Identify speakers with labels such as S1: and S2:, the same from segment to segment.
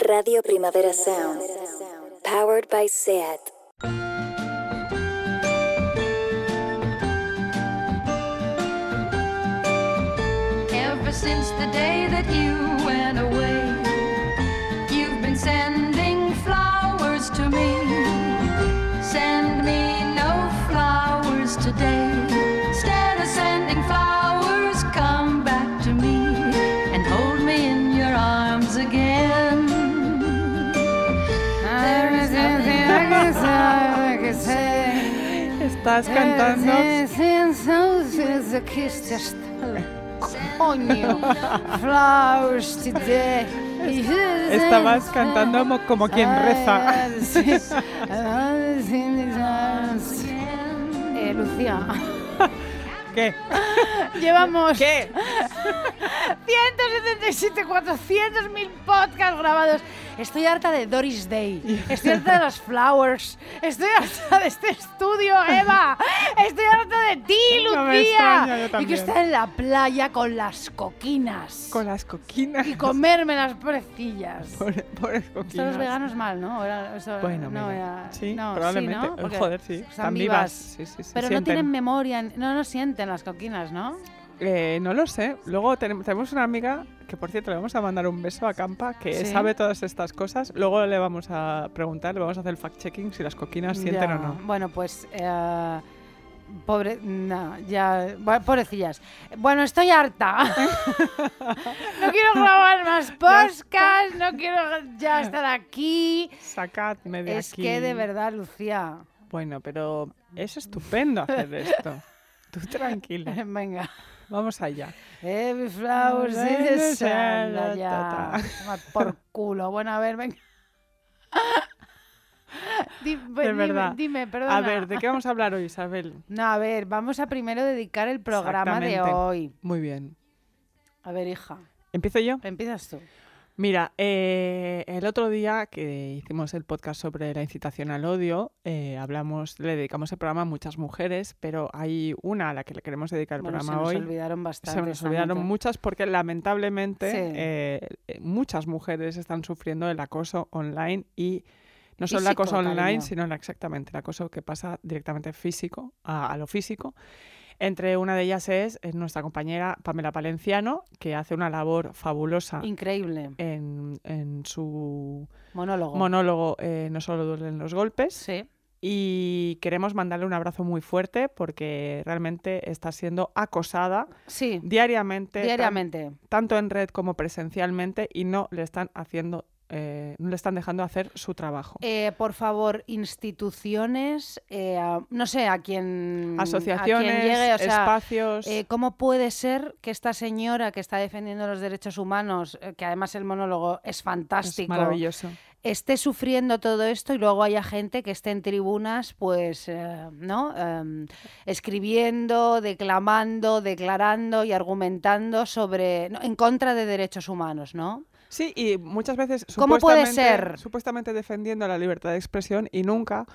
S1: Radio Primavera Sound, powered by SEAT.
S2: Ever since the day that you went away, you've been sending flowers to me. Send me no flowers today. Instead of sending flowers, come back to me and hold me in your arms again. There is nothing I can say, I can say.
S3: Estás cantando.
S4: É,
S2: There's a kiss just on you. Flowers today.
S3: Estabas cantando mo- como quien
S4: Ah,
S3: reza.
S4: Eh, Lucía,
S3: ¿Qué?
S4: llevamos
S3: ¿Qué?
S4: 177, 400 mil podcasts grabados. Estoy harta de Doris Day, estoy harta de los Flowers, estoy harta de este estudio, Eva, estoy harta de ti,
S3: No me
S4: Lucía.
S3: extraña, yo
S4: y que
S3: también.
S4: estar en la playa con las coquinas
S3: Con las coquinas.
S4: y comerme las precillas.
S3: Pobre- pobres
S4: Esto los
S3: coquinas.
S4: veganos mal, ¿no? Era- eso
S3: Bueno,
S4: no,
S3: mira.
S4: era-
S3: sí,
S4: no,
S3: probablemente.
S4: ¿no? Porque
S3: Joder, sí. Están vivas. Sí, sí, sí,
S4: Pero no
S3: sienten.
S4: tienen memoria, no, no sienten las coquinas, ¿no?
S3: Eh, no lo sé. Luego tenem- tenemos una amiga que, por cierto, le vamos a mandar un beso a Campa, que
S4: Sí.
S3: sabe todas estas cosas. Luego le vamos a preguntar, le vamos a hacer el fact-checking si las coquinas sienten
S4: Ya,
S3: o no.
S4: Bueno, pues. eh, pobre. No, ya. bueno, pobrecillas. Bueno, estoy harta. no quiero grabar más podcasts, no quiero ya estar aquí.
S3: Sacadme de
S4: Es
S3: aquí.
S4: que de verdad, Lucía.
S3: Bueno, pero es estupendo hacer esto. Tú tranquila.
S4: Venga.
S3: Vamos allá.
S4: Every flowers in the
S3: Flowers in the
S4: sun.
S3: sun,
S4: Ya.
S3: ta, ta.
S4: Toma Por culo. Bueno, a ver, venga. Di- pues, dime,
S3: verdad.
S4: dime, perdona.
S3: A ver, ¿de qué vamos a hablar hoy, Isabel?
S4: No, a ver, vamos a primero dedicar el programa de
S3: Exactamente.
S4: hoy.
S3: Muy bien.
S4: A ver, hija,
S3: ¿Empiezo yo?
S4: empiezas tú.
S3: Mira, eh, el otro día que hicimos el podcast sobre la incitación al odio, eh, hablamos, le dedicamos el programa a muchas mujeres, pero hay una a la que le queremos dedicar el
S4: Bueno, se
S3: programa
S4: nos
S3: hoy.
S4: olvidaron bastante.
S3: se nos olvidaron
S4: Samantha.
S3: muchas porque lamentablemente
S4: Sí.
S3: eh, eh, muchas mujeres están sufriendo el acoso online y no solo el
S4: Físico,
S3: acoso online,
S4: cariño.
S3: sino la- exactamente el acoso que pasa directamente físico a, a lo físico. Entre una de ellas es, eh, nuestra compañera Pamela Palenciano, que hace una labor fabulosa
S4: Increíble.
S3: en, en su
S4: Monólogo.
S3: monólogo eh, No solo duelen los golpes.
S4: sí.
S3: Y queremos mandarle un abrazo muy fuerte porque realmente está siendo acosada
S4: Sí,
S3: diariamente, tan-
S4: diariamente.
S3: tanto en red como presencialmente, y no le están haciendo, eh, no le están dejando hacer su trabajo.
S4: Eh, por favor, instituciones, eh, a- no sé, a quien, mm, a
S3: Asociaciones,
S4: quien llegue, o sea,
S3: espacios.
S4: Eh, ¿Cómo puede ser que esta señora que está defendiendo los derechos humanos, eh, que además el monólogo es
S3: es
S4: fantástico,
S3: maravilloso.
S4: esté sufriendo todo esto y luego haya gente que esté en tribunas, pues, eh, ¿no? Em, escribiendo, declamando, declarando y argumentando sobre, no, en contra de derechos humanos, ¿no?
S3: Sí, y muchas veces
S4: ¿Cómo puede
S3: supuestamente,
S4: ser?
S3: supuestamente defendiendo la libertad de expresión y nunca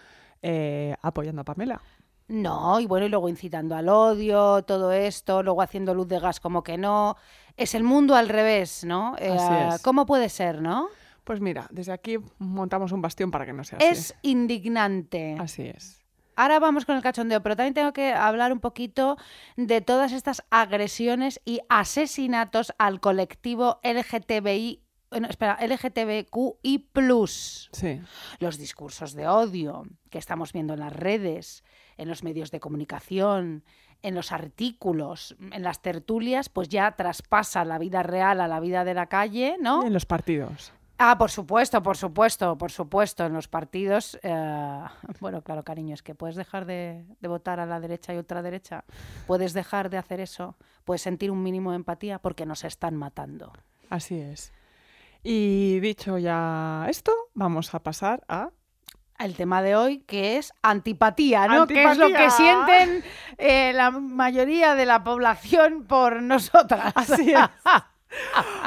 S3: eh, apoyando a Pamela.
S4: No, y bueno, y luego incitando al odio, todo esto, luego haciendo luz de gas como que no. Es el mundo al revés, ¿no? Eh,
S3: Así es.
S4: ¿Cómo puede ser, no?
S3: Pues mira, desde aquí montamos un bastión para que no sea
S4: Es indignante.
S3: así. Así es.
S4: Ahora vamos con el cachondeo, pero también tengo que hablar un poquito de todas estas agresiones y asesinatos al colectivo LGTBI. eh, no, espera, LGTBQI.
S3: Sí.
S4: Los discursos de odio que estamos viendo en las redes, en los medios de comunicación, en los artículos, en las tertulias, pues ya traspasa la vida real a la vida de la calle, ¿no?
S3: En los partidos.
S4: Ah, por supuesto, por supuesto, por supuesto, en los partidos. eh, bueno, claro, cariño, es que puedes dejar de, de votar a la derecha y ultraderecha, puedes dejar de hacer eso, puedes sentir un mínimo de empatía porque nos están matando.
S3: Así es. Y dicho ya esto, vamos a pasar a
S4: El tema de hoy que es antipatía, ¿no? Que es lo que
S3: Antipatía.
S4: sienten eh, la mayoría de la población por nosotras.
S3: Así es.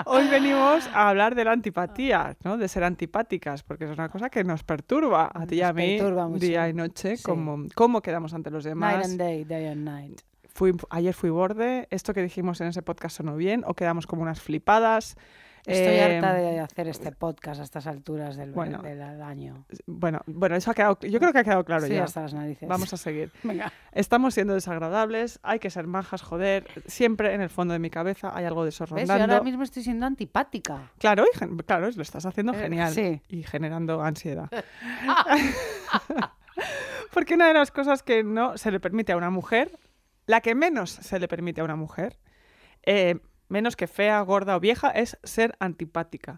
S3: Hoy venimos a hablar de la antipatía, ¿no? De ser antipáticas, porque es una cosa que nos perturba a ti y a
S4: Nos
S3: mí
S4: perturba mucho.
S3: día y noche,
S4: Sí.
S3: cómo, cómo quedamos ante los
S4: Night
S3: demás.
S4: and day, day and night.
S3: Fui- ayer fui borde, esto que dijimos en ese podcast sonó bien, o quedamos como unas flipadas.
S4: Estoy
S3: Eh,
S4: harta de hacer este podcast a estas alturas del,
S3: bueno.
S4: del año.
S3: Bueno, bueno, eso ha quedado, yo creo que ha quedado claro
S4: sí,
S3: ya.
S4: hasta las narices.
S3: Vamos a seguir.
S4: Venga.
S3: Estamos siendo desagradables, hay que ser majas, joder. Siempre en el fondo de mi cabeza hay algo de eso
S4: ¿Ves?
S3: rondando.
S4: Yo ahora mismo estoy siendo antipática.
S3: Claro, y gen- claro, lo estás haciendo
S4: Eh,
S3: genial
S4: sí.
S3: y generando ansiedad. Porque una de las cosas que no se le permite a una mujer, la que menos se le permite a una mujer, eh, menos que fea, gorda o vieja, es ser antipática.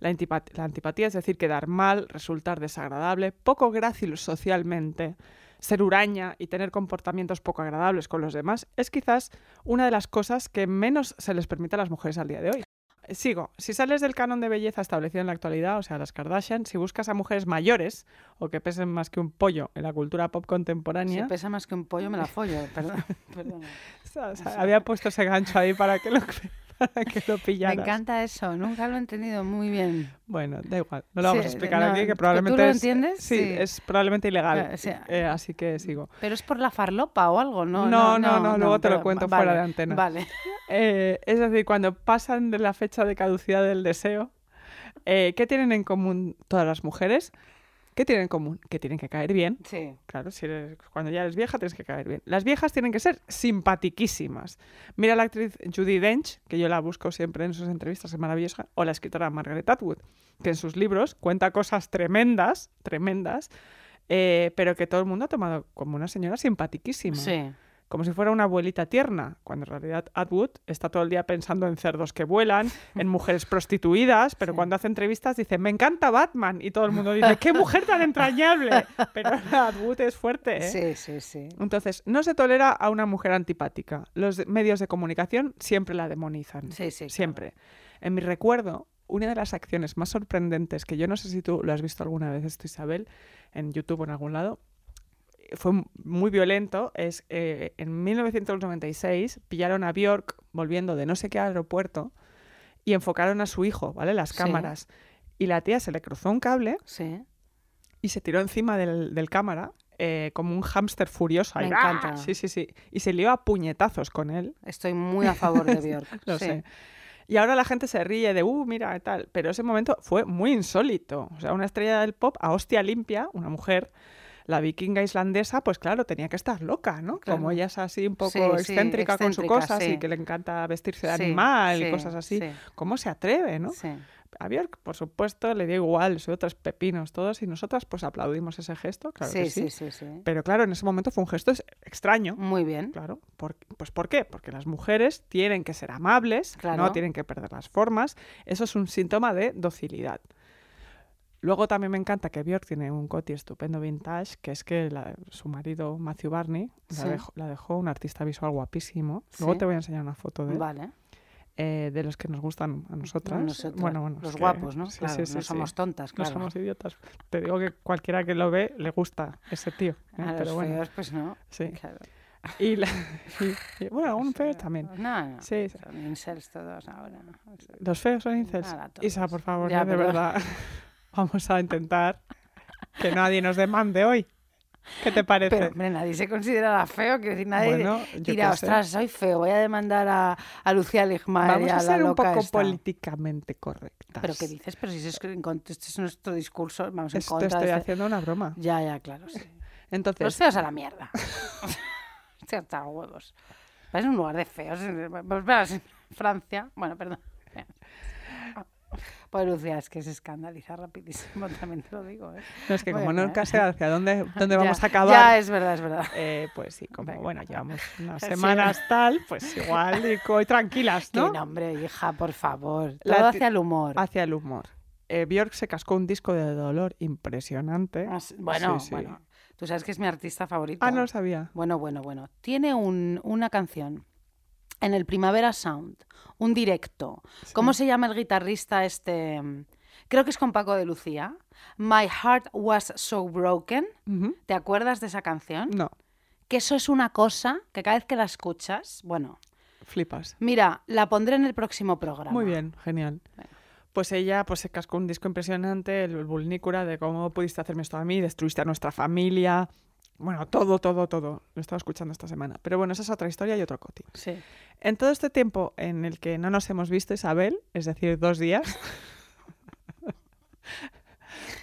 S3: La, antipa- la antipatía es decir, quedar mal, resultar desagradable, poco grácil socialmente, ser huraña y tener comportamientos poco agradables con los demás, es quizás una de las cosas que menos se les permite a las mujeres al día de hoy. Eh, Sigo. Si sales del canon de belleza establecido en la actualidad, o sea, las Kardashian, si buscas a mujeres mayores o que pesen más que un pollo en la cultura pop
S4: Si
S3: contemporánea,
S4: pesa más que un pollo, me la follo. Perdón. perdona.
S3: o sea, o sea, había puesto ese gancho ahí para que lo, para que lo
S4: Me
S3: pillaras.
S4: encanta eso. Nunca lo he entendido muy bien.
S3: Bueno, da igual, no lo vamos a
S4: Sí,
S3: explicar
S4: no,
S3: aquí,
S4: ¿tú-
S3: que
S4: tú
S3: probablemente
S4: lo
S3: es,
S4: entiendes?
S3: Sí,
S4: Sí.
S3: es probablemente ilegal,
S4: Claro, o sea-
S3: eh, así que sigo.
S4: Pero es por la farlopa o algo, ¿no?
S3: No, no, no, luego te lo cuento
S4: vale,
S3: fuera de antena.
S4: Vale.
S3: Eh, es decir, cuando pasan de la fecha de caducidad del deseo, eh, ¿qué tienen en común todas las mujeres? ¿Qué tienen en común? Que tienen que caer bien.
S4: Sí.
S3: Claro, si eres- cuando ya eres vieja tienes que caer bien. Las viejas tienen que ser simpatiquísimas. Mira la actriz Judy Dench, que yo la busco siempre en sus entrevistas, es maravillosa, o la escritora Margaret Atwood, que en sus libros cuenta cosas tremendas, tremendas, eh, pero que todo el mundo ha tomado como una señora simpatiquísima.
S4: Sí.
S3: Como si fuera una abuelita tierna, cuando en realidad Atwood está todo el día pensando en cerdos que vuelan, en mujeres prostituidas, pero
S4: Sí.
S3: cuando hace entrevistas dice, me encanta Batman, y todo el mundo dice, qué mujer tan entrañable. Pero Atwood es fuerte,
S4: Sí,
S3: ¿eh?
S4: sí, sí.
S3: Entonces, no se tolera a una mujer antipática. Los de- medios de comunicación siempre la demonizan.
S4: Sí, sí, claro.
S3: Siempre. En mi recuerdo, una de las acciones más sorprendentes, que yo no sé si tú lo has visto alguna vez esto, Isabel, en YouTube o en algún lado, fue m- muy violento, es eh, en 1996 pillaron a Bjork volviendo de no sé qué aeropuerto y enfocaron a su hijo, ¿vale? Las
S4: Sí.
S3: cámaras. Y la tía se le cruzó un cable
S4: Sí.
S3: y se tiró encima del, del cámara eh, como un hámster furioso. ahí,
S4: Me
S3: ¡ah!
S4: encanta.
S3: Sí, sí, sí. Y se lió a puñetazos con él.
S4: Estoy muy a favor de Björk.
S3: Lo
S4: sí.
S3: sé. Y ahora la gente se ríe de, uh, mira, tal. Pero ese momento fue muy insólito. O sea, una estrella del pop a hostia limpia, una mujer, la vikinga islandesa, pues claro, tenía que estar loca, ¿no?
S4: Claro.
S3: Como ella es así un poco
S4: Sí, sí,
S3: excéntrica, con su
S4: excéntrica,
S3: cosa,
S4: sí.
S3: y que le encanta vestirse de
S4: Sí,
S3: animal y
S4: sí,
S3: cosas así.
S4: sí.
S3: ¿Cómo se atreve, no?
S4: Sí.
S3: A Björk, por supuesto, le dio igual, soy otros pepinos todos, y nosotras pues aplaudimos ese gesto, claro que
S4: sí,
S3: sí.
S4: sí, sí, sí.
S3: Pero claro, en ese momento fue un gesto ex- extraño.
S4: Muy bien.
S3: Claro, por- pues ¿por qué? Porque las mujeres tienen que ser amables, no
S4: Claro.
S3: tienen que perder las formas. Eso es un síntoma de docilidad. Luego también me encanta que Björk tiene un coti estupendo vintage, que es que la- su marido Matthew Barney la,
S4: Sí.
S3: dejó, la dejó un artista visual guapísimo. Luego
S4: Sí.
S3: te voy a enseñar una foto de él,
S4: Vale.
S3: eh, de los que nos gustan a nosotras.
S4: Nosotras,
S3: Bueno, bueno,
S4: los
S3: es que-
S4: guapos, ¿no?
S3: sí,
S4: claro,
S3: sí, sí,
S4: no
S3: sí.
S4: somos tontas,
S3: No
S4: claro.
S3: somos idiotas. Te digo que cualquiera que lo ve le gusta ese tío. ¿eh?
S4: a los
S3: Pero bueno,
S4: feos, pues no.
S3: sí.
S4: Claro.
S3: Y, la- y- y- bueno, aún peor también.
S4: Pues No, no.
S3: Sí, sí.
S4: Son incels todos ahora. O sea,
S3: Los feos son incels.
S4: Ahora todos.
S3: Isa, por favor,
S4: Ya,
S3: eh, de
S4: perdón.
S3: verdad. Vamos a intentar que nadie nos demande hoy. ¿Qué te parece?
S4: Pero, hombre, nadie se considerará feo, quiero decir, nadie
S3: Bueno, yo
S4: dirá,
S3: qué sé.
S4: ostras, soy feo, voy a demandar a, a Lucía Ligmaer y
S3: Vamos
S4: a
S3: a
S4: la
S3: ser un
S4: loca
S3: poco
S4: esta".
S3: políticamente correctas.
S4: Pero ¿qué dices? Pero si eso es, que en contra- esto es nuestro discurso, vamos en
S3: Esto
S4: contra
S3: estoy
S4: de Pues este-
S3: haciendo una broma.
S4: Ya, ya, claro, sí. Los
S3: Entonces,
S4: feos a la mierda. Estoy hasta los huevos. Parece un lugar de feos. Pues verás, en Francia. Bueno, perdón. Pues Lucía, es que se escandaliza rapidísimo, también te lo digo. ¿eh?
S3: no, es que como
S4: Bueno, ¿eh?
S3: nunca sé hacia dónde, dónde
S4: Ya,
S3: vamos a acabar.
S4: Ya, es verdad, es verdad.
S3: eh, pues sí, como
S4: Venga.
S3: bueno, llevamos unas
S4: Sí.
S3: semanas tal, pues igual y co- y tranquilas,
S4: ¿No?
S3: ¿no?
S4: Qué nombre, hija, por favor.
S3: La
S4: Todo
S3: ti-
S4: hacia el humor.
S3: hacia el humor. Eh, Björk se cascó un disco de dolor impresionante.
S4: Ah, sí, Bueno,
S3: Sí, sí.
S4: bueno. Tú sabes que es mi artista favorita.
S3: Ah, no lo sabía.
S4: Bueno, bueno, bueno. Tiene un- una canción en el Primavera Sound, un directo. ¿Cómo se llama el guitarrista este? Creo que es con Paco de Lucía. My Heart Was So Broken.
S3: Ujú.
S4: ¿Te acuerdas de esa canción?
S3: No,
S4: Que eso es una cosa que cada vez que la escuchas, bueno,
S3: flipas.
S4: mira, la pondré en el próximo programa.
S3: Muy bien, genial. Pues ella pues, se cascó un disco impresionante, el Vulnícura, de cómo pudiste hacerme esto a mí, destruiste a nuestra familia. Bueno, todo, todo, todo. Lo estaba escuchando esta semana. Pero bueno, esa es otra historia y otro coti.
S4: Sí.
S3: En todo este tiempo en el que no nos hemos visto, Isabel, es decir, dos días,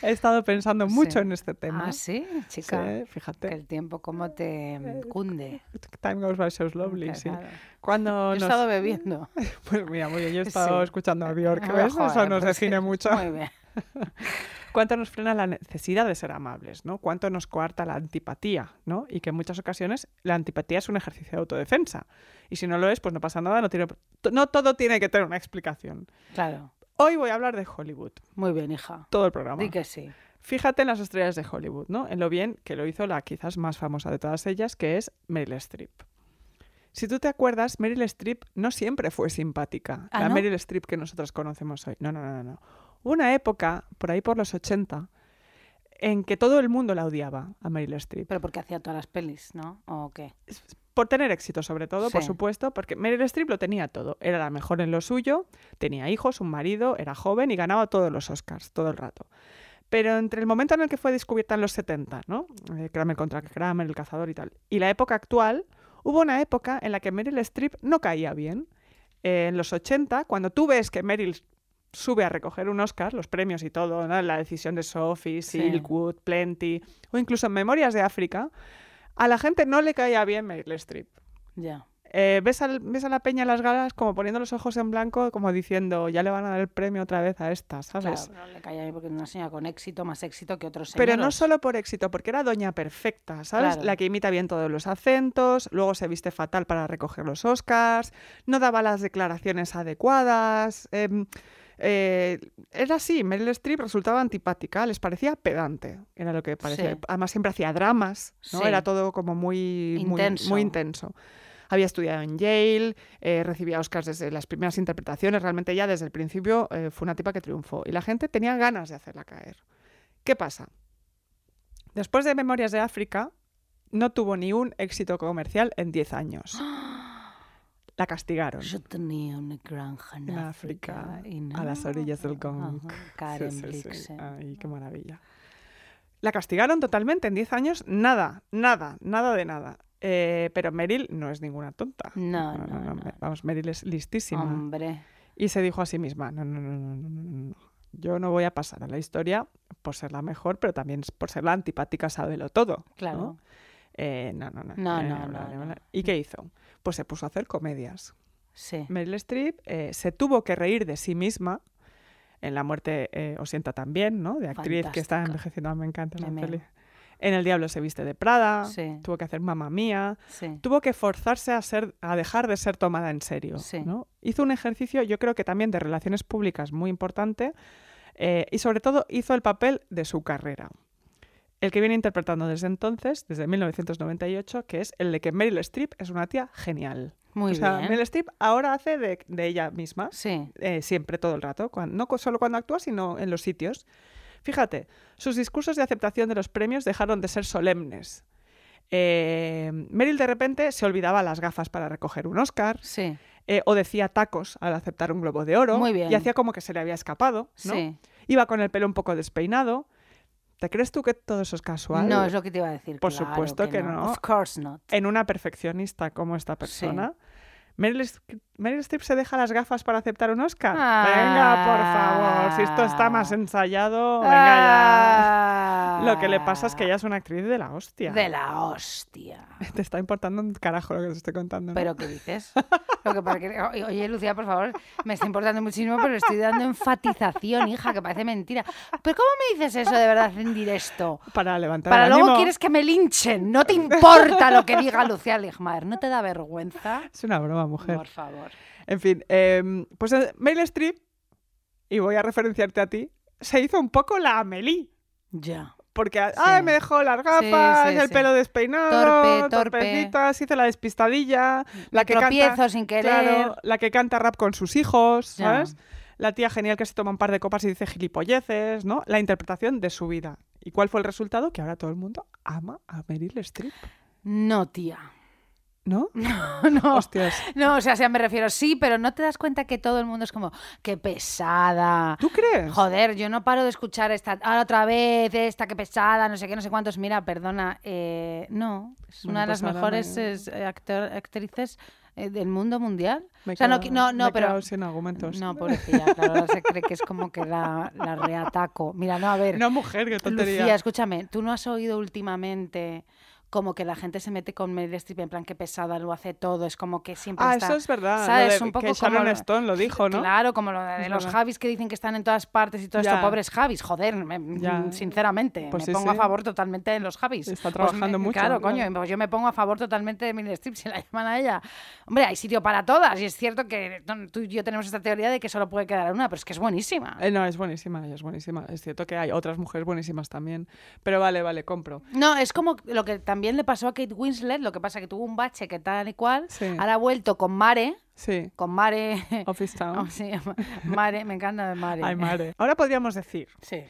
S3: he estado pensando
S4: Sí.
S3: mucho en este tema.
S4: Ah, sí, chica.
S3: Sí,
S4: Que
S3: fíjate.
S4: el tiempo como te mm, cunde.
S3: Time goes by so slowly,
S4: Claro.
S3: sí.
S4: Yo
S3: Cuando
S4: he
S3: nos-
S4: estado bebiendo.
S3: Pues mira, muy bien, yo he estado
S4: Sí.
S3: escuchando a Bjork,
S4: Ah,
S3: ¿ves? Eso
S4: joder,
S3: nos
S4: pues,
S3: define mucho.
S4: Muy bien.
S3: ¿Cuánto nos frena la necesidad de ser amables, no? ¿Cuánto nos coarta la antipatía, no? Y que en muchas ocasiones la antipatía es un ejercicio de autodefensa. Y si no lo es, pues no pasa nada, no, tiene... no todo tiene que tener una explicación.
S4: Claro.
S3: Hoy voy a hablar de Hollywood,
S4: Muy bien, hija.
S3: todo el programa.
S4: Di que sí.
S3: Fíjate en las estrellas de Hollywood, ¿no? En lo bien que lo hizo la quizás más famosa de todas ellas, que es Meryl Streep. Si tú te acuerdas, Meryl Streep no siempre fue simpática.
S4: ¿Ah,
S3: la
S4: no?
S3: Meryl Streep que nosotros conocemos hoy. No, no, no, no, no. Hubo una época, por ahí por los 80, en que todo el mundo la odiaba a Meryl Streep.
S4: Pero porque hacía todas las pelis, ¿no? ¿O qué?
S3: Por tener éxito, sobre todo, por
S4: Sí.
S3: supuesto, porque Meryl Streep lo tenía todo. Era la mejor en lo suyo, tenía hijos, un marido, era joven y ganaba todos los Oscars, todo el rato. Pero entre el momento en el que fue descubierta en los 70, ¿no? Eh, Kramer contra Kramer, el cazador y tal, y la época actual, hubo una época en la que Meryl Streep no caía bien. Eh, en los 80, cuando tú ves que Meryl sube a recoger un Oscar, los premios y todo, ¿no? la decisión de Sophie,
S4: Sí.
S3: Silkwood, Plenty, o incluso en Memorias de África, a la gente no le caía bien Meryl Streep.
S4: Ya.
S3: Eh, ves, al- ves a la peña en las galas como poniendo los ojos en blanco, como diciendo, ya le van a dar el premio otra vez a esta,
S4: Claro,
S3: ¿sabes?
S4: pero no le calla porque es una señora con éxito, más éxito que otros
S3: Pero no
S4: señoros.
S3: solo por éxito, porque era doña perfecta, ¿sabes?
S4: Claro.
S3: La que imita bien todos los acentos, luego se viste fatal para recoger los Oscars, no daba las declaraciones adecuadas. em, eh, era así, Meryl Streep resultaba antipática, les parecía pedante, era lo que parecía.
S4: Sí.
S3: Además siempre hacía dramas, ¿no?
S4: Sí.
S3: Era todo como muy muy-
S4: Intenso.
S3: muy intenso. Había estudiado en Yale, eh, recibía Oscars desde las primeras interpretaciones, realmente ya desde el principio eh, fue una tipa que triunfó y la gente tenía ganas de hacerla caer. ¿Qué pasa? Después de Memorias de África, no tuvo ni un éxito comercial en 10 años. La castigaron.
S4: ¡Ah! Yo tenía una granja en,
S3: En África,
S4: y
S3: a las orillas del
S4: nada.
S3: Gong.
S4: Ajá, Karen
S3: Sí, Ah. sí, sí.
S4: Blixen.
S3: Ay, qué maravilla. La castigaron totalmente en 10 años, nada, nada, nada de nada. Eh, pero Meryl no es ninguna tonta.
S4: No, no, no,
S3: Ah, me-
S4: no.
S3: Vamos, Meryl es listísima.
S4: Hombre,
S3: Y se dijo a sí misma, no, no, no, no, no, no, no, no. Yo no voy a pasar a la historia por ser la mejor, pero también por ser la antipática, sábelo todo. ¿no?
S4: claro.
S3: Eh, no, no, no.
S4: No,
S3: eh,
S4: no,
S3: bla,
S4: no,
S3: bla,
S4: no.
S3: bla. ¿Y qué hizo? Pues se puso a hacer comedias.
S4: Sí.
S3: Meryl Streep eh, se tuvo que reír de sí misma. En La muerte eh, os sienta también, ¿no? De actriz que está
S4: Fantástica.
S3: envejeciendo. Ah, Me encanta la
S4: Me meo.
S3: peli. En El diablo se viste de Prada.
S4: Sí.
S3: Tuvo que hacer Mamma Mía.
S4: Sí.
S3: Tuvo que forzarse a, ser, a dejar de ser tomada en serio.
S4: Sí.
S3: ¿no? Hizo un ejercicio, yo creo que también de relaciones públicas muy importante. eh, y sobre todo hizo el papel de su carrera. El que viene interpretando desde entonces, desde 1998, que es el de que Meryl Streep es una tía genial.
S4: Muy
S3: O sea,
S4: bien.
S3: Meryl Streep ahora hace de, de ella misma,
S4: Sí.
S3: eh, siempre, todo el rato, cuan- no cu- solo cuando actúa, sino en los sitios. Fíjate, sus discursos de aceptación de los premios dejaron de ser solemnes. Eh, Meryl de repente se olvidaba las gafas para recoger un Oscar,
S4: Sí.
S3: eh, o decía tacos al aceptar un Globo de Oro,
S4: Muy bien.
S3: y hacía como que se le había escapado. ¿no?
S4: Sí.
S3: Iba con el pelo un poco despeinado. ¿Te crees tú que todo eso es casual?
S4: No, es lo que te iba a decir.
S3: Por
S4: claro
S3: supuesto que no.
S4: Of course not.
S3: en una perfeccionista como esta persona. Meryl, St- Meryl Streep se deja las gafas para aceptar un Oscar. Venga, por favor, si esto está
S4: Ah.
S3: más ensayado, venga ya. Lo que le pasa es que ella es una actriz de la hostia.
S4: De la hostia.
S3: Te está importando un carajo lo que te estoy contando. ¿no?
S4: ¿Pero qué dices? Lo que para que- o- Oye, Lucía, por favor, me está importando muchísimo, pero estoy dando enfatización, hija, que parece mentira. ¿Pero cómo me dices eso de verdad en directo?
S3: para levantar
S4: Para
S3: el
S4: luego
S3: ánimo,
S4: quieres que me linchen. No te importa lo que diga Lucía Ligmaer. ¿No te da vergüenza?
S3: Es una broma, mujer.
S4: Por favor.
S3: En fin, em, pues eh, Meryl Streep, y voy a referenciarte a ti, se hizo un poco la Amelie.
S4: Ya.
S3: Porque,
S4: Sí.
S3: ay, me dejó las gafas,
S4: sí,
S3: el
S4: sí.
S3: pelo despeinado,
S4: Torpe, torpe.
S3: torpecitas, hice la despistadilla, la que
S4: tropiezo
S3: canta,
S4: sin querer.
S3: claro, la que canta rap con sus hijos,
S4: Ya.
S3: ¿sabes? La tía genial que se toma un par de copas y dice gilipolleces, ¿no? La interpretación de su vida. ¿Y cuál fue el resultado? Que ahora todo el mundo ama a Meryl Streep,
S4: No, tía.
S3: ¿no?
S4: No.
S3: Hostias.
S4: No, o sea, o sea, me refiero sí, pero no te das cuenta que todo el mundo es como, qué pesada.
S3: ¿Tú crees?
S4: Joder, yo no paro de escuchar esta, ahora otra vez, esta, qué pesada, no sé qué, no sé cuántos. Mira, perdona, eh, no, es
S3: Bueno,
S4: una de
S3: pues
S4: las
S3: ahora
S4: mejores
S3: me-
S4: es, eh, actor- actrices eh, del mundo mundial.
S3: Me he
S4: o sea, no,
S3: quedado-
S4: qui- no, no,
S3: me he
S4: pero...
S3: quedado sin argumentos.
S4: No, pobrecilla, claro, ahora se cree que es como que la, la reataco. Mira, no, a ver.
S3: No, mujer, qué tontería.
S4: Lucía, escúchame, ¿tú no has oído últimamente como que la gente se mete con Meryl Streep en plan que pesada lo hace todo? Es como que siempre
S3: ah,
S4: está...
S3: eso es verdad. lo
S4: ¿Sabes?
S3: de-
S4: Un poco
S3: que Sharon
S4: como...
S3: Stone lo dijo, ¿no?
S4: Claro, como lo de,
S3: Es
S4: los
S3: verdad.
S4: Javis que dicen que están en todas partes y todo
S3: Ya.
S4: esto. Pobres Javis, joder, me- mm,
S3: Ya.
S4: sinceramente,
S3: Pues
S4: me
S3: sí,
S4: pongo a
S3: sí.
S4: favor totalmente de los Javis.
S3: Está
S4: Pues
S3: trabajando
S4: me-
S3: mucho,
S4: Claro, coño,
S3: claro.
S4: pues yo me pongo a favor totalmente de Meryl Streep si la llaman a ella. Hombre, hay sitio para todas y es cierto que no, tú y yo tenemos esta teoría de que solo puede quedar una, pero es que es buenísima.
S3: Eh, no, es buenísima, ella es buenísima. Es cierto que hay otras mujeres buenísimas también. Pero vale, vale, compro.
S4: No, es como lo que también le pasó a Kate Winslet, lo que pasa que tuvo un bache que tal y cual,
S3: Sí.
S4: ahora ha vuelto con Mare,
S3: Sí,
S4: con Mare,
S3: Office
S4: ¿cómo
S3: Town.
S4: se llama? Mare, me encanta Mare.
S3: Ay, madre. Ahora podríamos decir,
S4: Sí.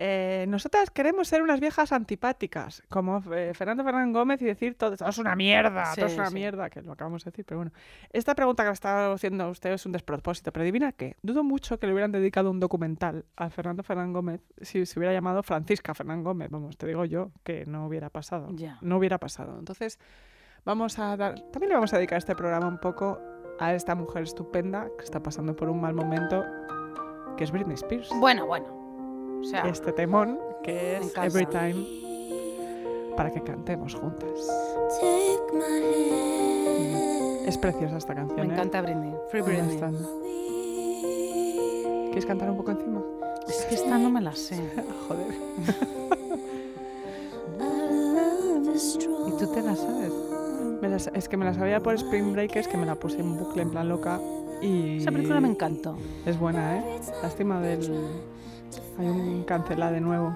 S3: eh, nosotras queremos ser unas viejas antipáticas, como eh, Fernando Fernández Gómez, y decir todo, todo es una mierda,
S4: Sí,
S3: todo es una
S4: sí.
S3: mierda, que lo acabamos de decir, pero bueno. Esta pregunta que le estaba haciendo a usted es un despropósito, pero adivina qué, dudo mucho que le hubieran dedicado un documental a Fernando Fernández Gómez si se hubiera llamado Francisca Fernández Gómez, vamos, te digo yo que no hubiera pasado,
S4: Ya.
S3: no hubiera pasado. Entonces, vamos a dar, también le vamos a dedicar este programa un poco a esta mujer estupenda que está pasando por un mal momento, que es Britney Spears
S4: Bueno, bueno. O sea,
S3: este temón que
S4: Me
S3: es
S4: encanta.
S3: Every Time para que cantemos juntas.
S1: Take my hand.
S3: Es preciosa esta
S4: me
S3: canción. ¿eh?
S4: encanta Britney. Free
S3: Me
S4: Britney.
S3: gusta. ¿Quieres cantar un poco encima?
S4: Es que esta no me la sé.
S3: Joder.
S4: Y tú te la sabes.
S3: Me las- es que me la sabía por Spring Breakers, que me la puse en bucle en plan loca. Y
S4: Esa película me encantó.
S3: Es buena, ¿eh? Lástima del... Hay un cancela de nuevo.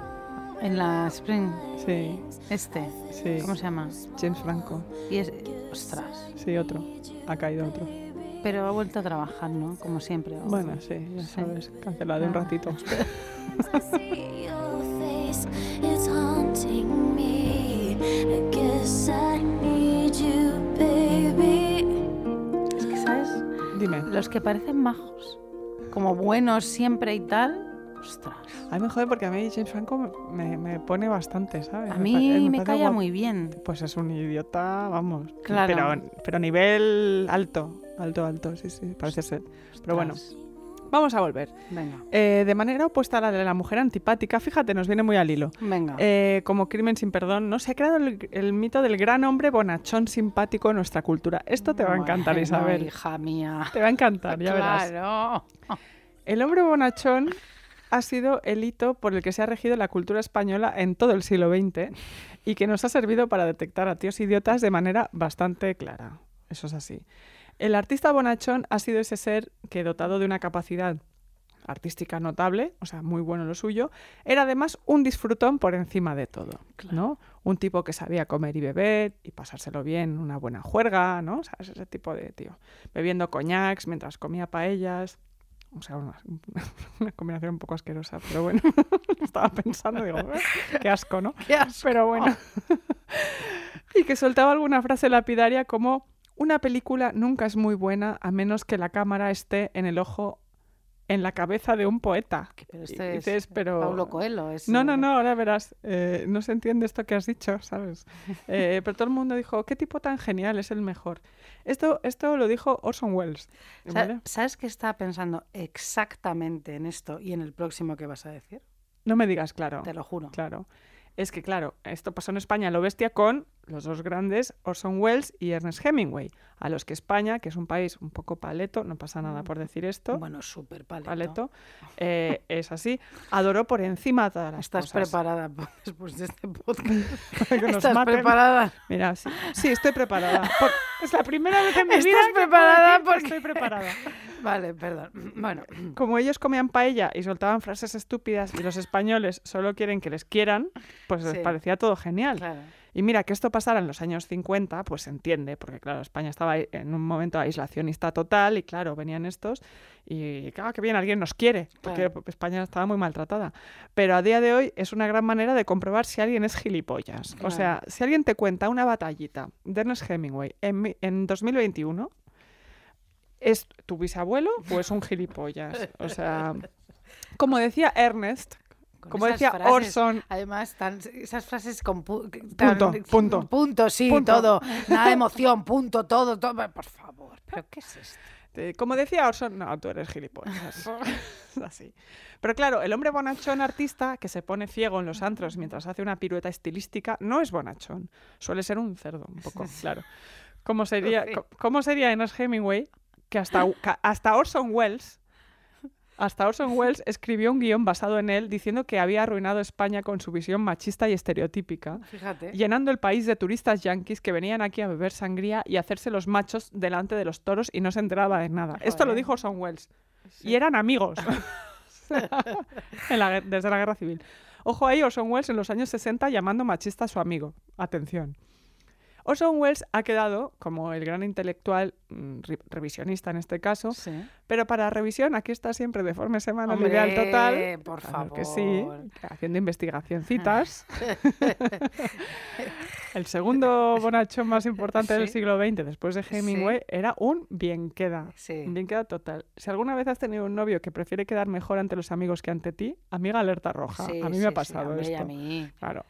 S4: En la Spring,
S3: Sí,
S4: este.
S3: sí.
S4: ¿Cómo se llama?
S3: James Franco.
S4: Y es. Ostras.
S3: Sí, otro. Ha caído otro.
S4: Pero ha vuelto a trabajar, ¿no? Como siempre. o-
S3: Bueno, sí, ya
S4: Sí.
S3: sabes. Cancelada de un
S4: Ah.
S3: ratito. Ah.
S5: see your face it's haunting me i guess i need you baby
S4: Es que, ¿sabes?
S3: Dime.
S4: Los que parecen majos, como buenos siempre y tal, ostras.
S3: A mí me jode porque a mí James Franco me, me pone bastante, ¿sabes?
S4: A
S3: Me pa- eh,
S4: mí me
S3: parece
S4: calla
S3: guap-
S4: muy bien.
S3: Pues es un idiota, vamos.
S4: Claro.
S3: Pero, pero a nivel alto, alto, alto, sí, sí, parece ser. Pero bueno,
S4: Ostras.
S3: vamos a volver.
S4: Venga,
S3: Eh, de manera opuesta a la de la mujer antipática, fíjate, nos viene muy al hilo.
S4: venga.
S3: Eh, como crimen sin perdón, ¿no? Se ha creado el, el mito del gran hombre bonachón simpático en nuestra cultura. Esto te va a encantar,
S4: Bueno,
S3: Isabel.
S4: Hija mía.
S3: Te va a encantar, ya verás.
S4: Claro.
S3: El hombre bonachón ha sido el hito por el que se ha regido la cultura española en todo el siglo XX y que nos ha servido para detectar a tíos idiotas de manera bastante clara. Eso es así. El artista bonachón ha sido ese ser que, dotado de una capacidad artística notable, o sea, muy bueno lo suyo, era además un disfrutón por encima de todo, ¿no? Un tipo que sabía comer y beber y pasárselo bien, una buena juerga, ¿no? O sea, es ese tipo de tío. Bebiendo coñacs mientras comía paellas, o sea, una, una combinación un poco asquerosa, pero bueno, estaba pensando, digo, "Ah, qué asco, ¿no?
S4: Qué asco.
S3: Pero bueno. y que soltaba alguna frase lapidaria como, una película nunca es muy buena a menos que la cámara esté en el ojo, en la cabeza de un poeta.
S4: Pero
S3: Y
S4: este
S3: dices,
S4: es
S3: pero-
S4: Paulo Coelho. es,
S3: No, no,
S4: eh,
S3: no, ahora verás, eh, no se entiende esto que has dicho, ¿sabes? Eh, pero todo el mundo dijo, qué tipo tan genial, es el mejor. Esto, esto lo dijo Orson Welles.
S4: Sa-
S3: ¿Eh, ¿vale?
S4: ¿Sabes qué estaba pensando exactamente en esto y en el próximo que vas a decir?
S3: No me digas, claro.
S4: Te lo juro.
S3: Claro. Es que, claro, esto pasó en España a lo bestia con los dos grandes, Orson Welles y Ernest Hemingway, a los que España, que es un país un poco paleto, no pasa nada por decir esto,
S4: Mm. Bueno, súper paleto.
S3: paleto, eh, es así, adoró por encima de todas las
S4: Estás
S3: cosas.
S4: preparada pa- después de este podcast.
S3: Para que nos
S4: Estás
S3: maten.
S4: preparada.
S3: Mira, sí, sí, estoy preparada. Por- es la primera vez en mi
S4: Estás
S3: vida que puedo
S4: preparada
S3: decir que
S4: porque-
S3: estoy preparada.
S4: Vale, perdón. Bueno,
S3: Como ellos comían paella y soltaban frases estúpidas y los españoles solo quieren que les quieran, pues les
S4: Sí.
S3: parecía todo genial.
S4: claro.
S3: Y mira, que esto pasara en los años 50, pues se entiende, porque claro, España estaba ahí en un momento aislacionista total y claro, venían estos y claro, que bien, alguien nos quiere, porque
S4: Claro.
S3: España estaba muy maltratada. Pero a día de hoy es una gran manera de comprobar si alguien es gilipollas. O
S4: Claro.
S3: sea, si alguien te cuenta una batallita de Ernest Hemingway en, mi- en 2021, ¿es tu bisabuelo o es un gilipollas? O sea, como decía Ernest,
S4: con
S3: Como
S4: esas
S3: decía
S4: frases,
S3: Orson-
S4: Además, tan- esas frases con pu- tan-
S3: Punto, punto.
S4: punto, sí,
S3: Punto.
S4: todo. Nada de emoción, punto, todo, todo. Por favor, ¿pero qué es esto?
S3: Te- Como decía Orson, no, tú eres gilipollas. Así. Pero claro, el hombre bonachón artista que se pone ciego en los antros mientras hace una pirueta estilística no es bonachón. Suele ser un cerdo, un poco, claro. ¿Cómo sería,
S4: Sí.
S3: co- cómo sería Ernest Hemingway que hasta, ca- hasta Orson Welles hasta Orson Welles escribió un guión basado en él diciendo que había arruinado España con su visión machista y estereotípica
S4: Fíjate.
S3: llenando el país de turistas yanquis que venían aquí a beber sangría y hacerse los machos delante de los toros y no se enteraba de nada. Esto lo
S4: Joder.
S3: dijo Orson Welles. Y eran amigos. En la guer- desde la guerra civil. Ojo ahí, Orson Welles en los años 60 llamando machista a su amigo. Atención. Orson Welles ha quedado como el gran intelectual mm, re- revisionista en este caso,
S4: Sí.
S3: pero para revisión aquí está siempre de forma semanal
S4: Hombre,
S3: ideal total.
S4: por
S3: Claro
S4: favor.
S3: que sí, haciendo investigacioncitas. El segundo bonachón más importante del
S4: Sí.
S3: siglo XX después de Hemingway era un bien queda.
S4: Sí.
S3: Un bien queda total. Si alguna vez has tenido un novio que prefiere quedar mejor ante los amigos que ante ti, amiga alerta roja.
S4: Sí,
S3: a mí
S4: sí,
S3: me ha
S4: sí,
S3: pasado
S4: hombre, y a
S3: esto.
S4: mí.
S3: Claro.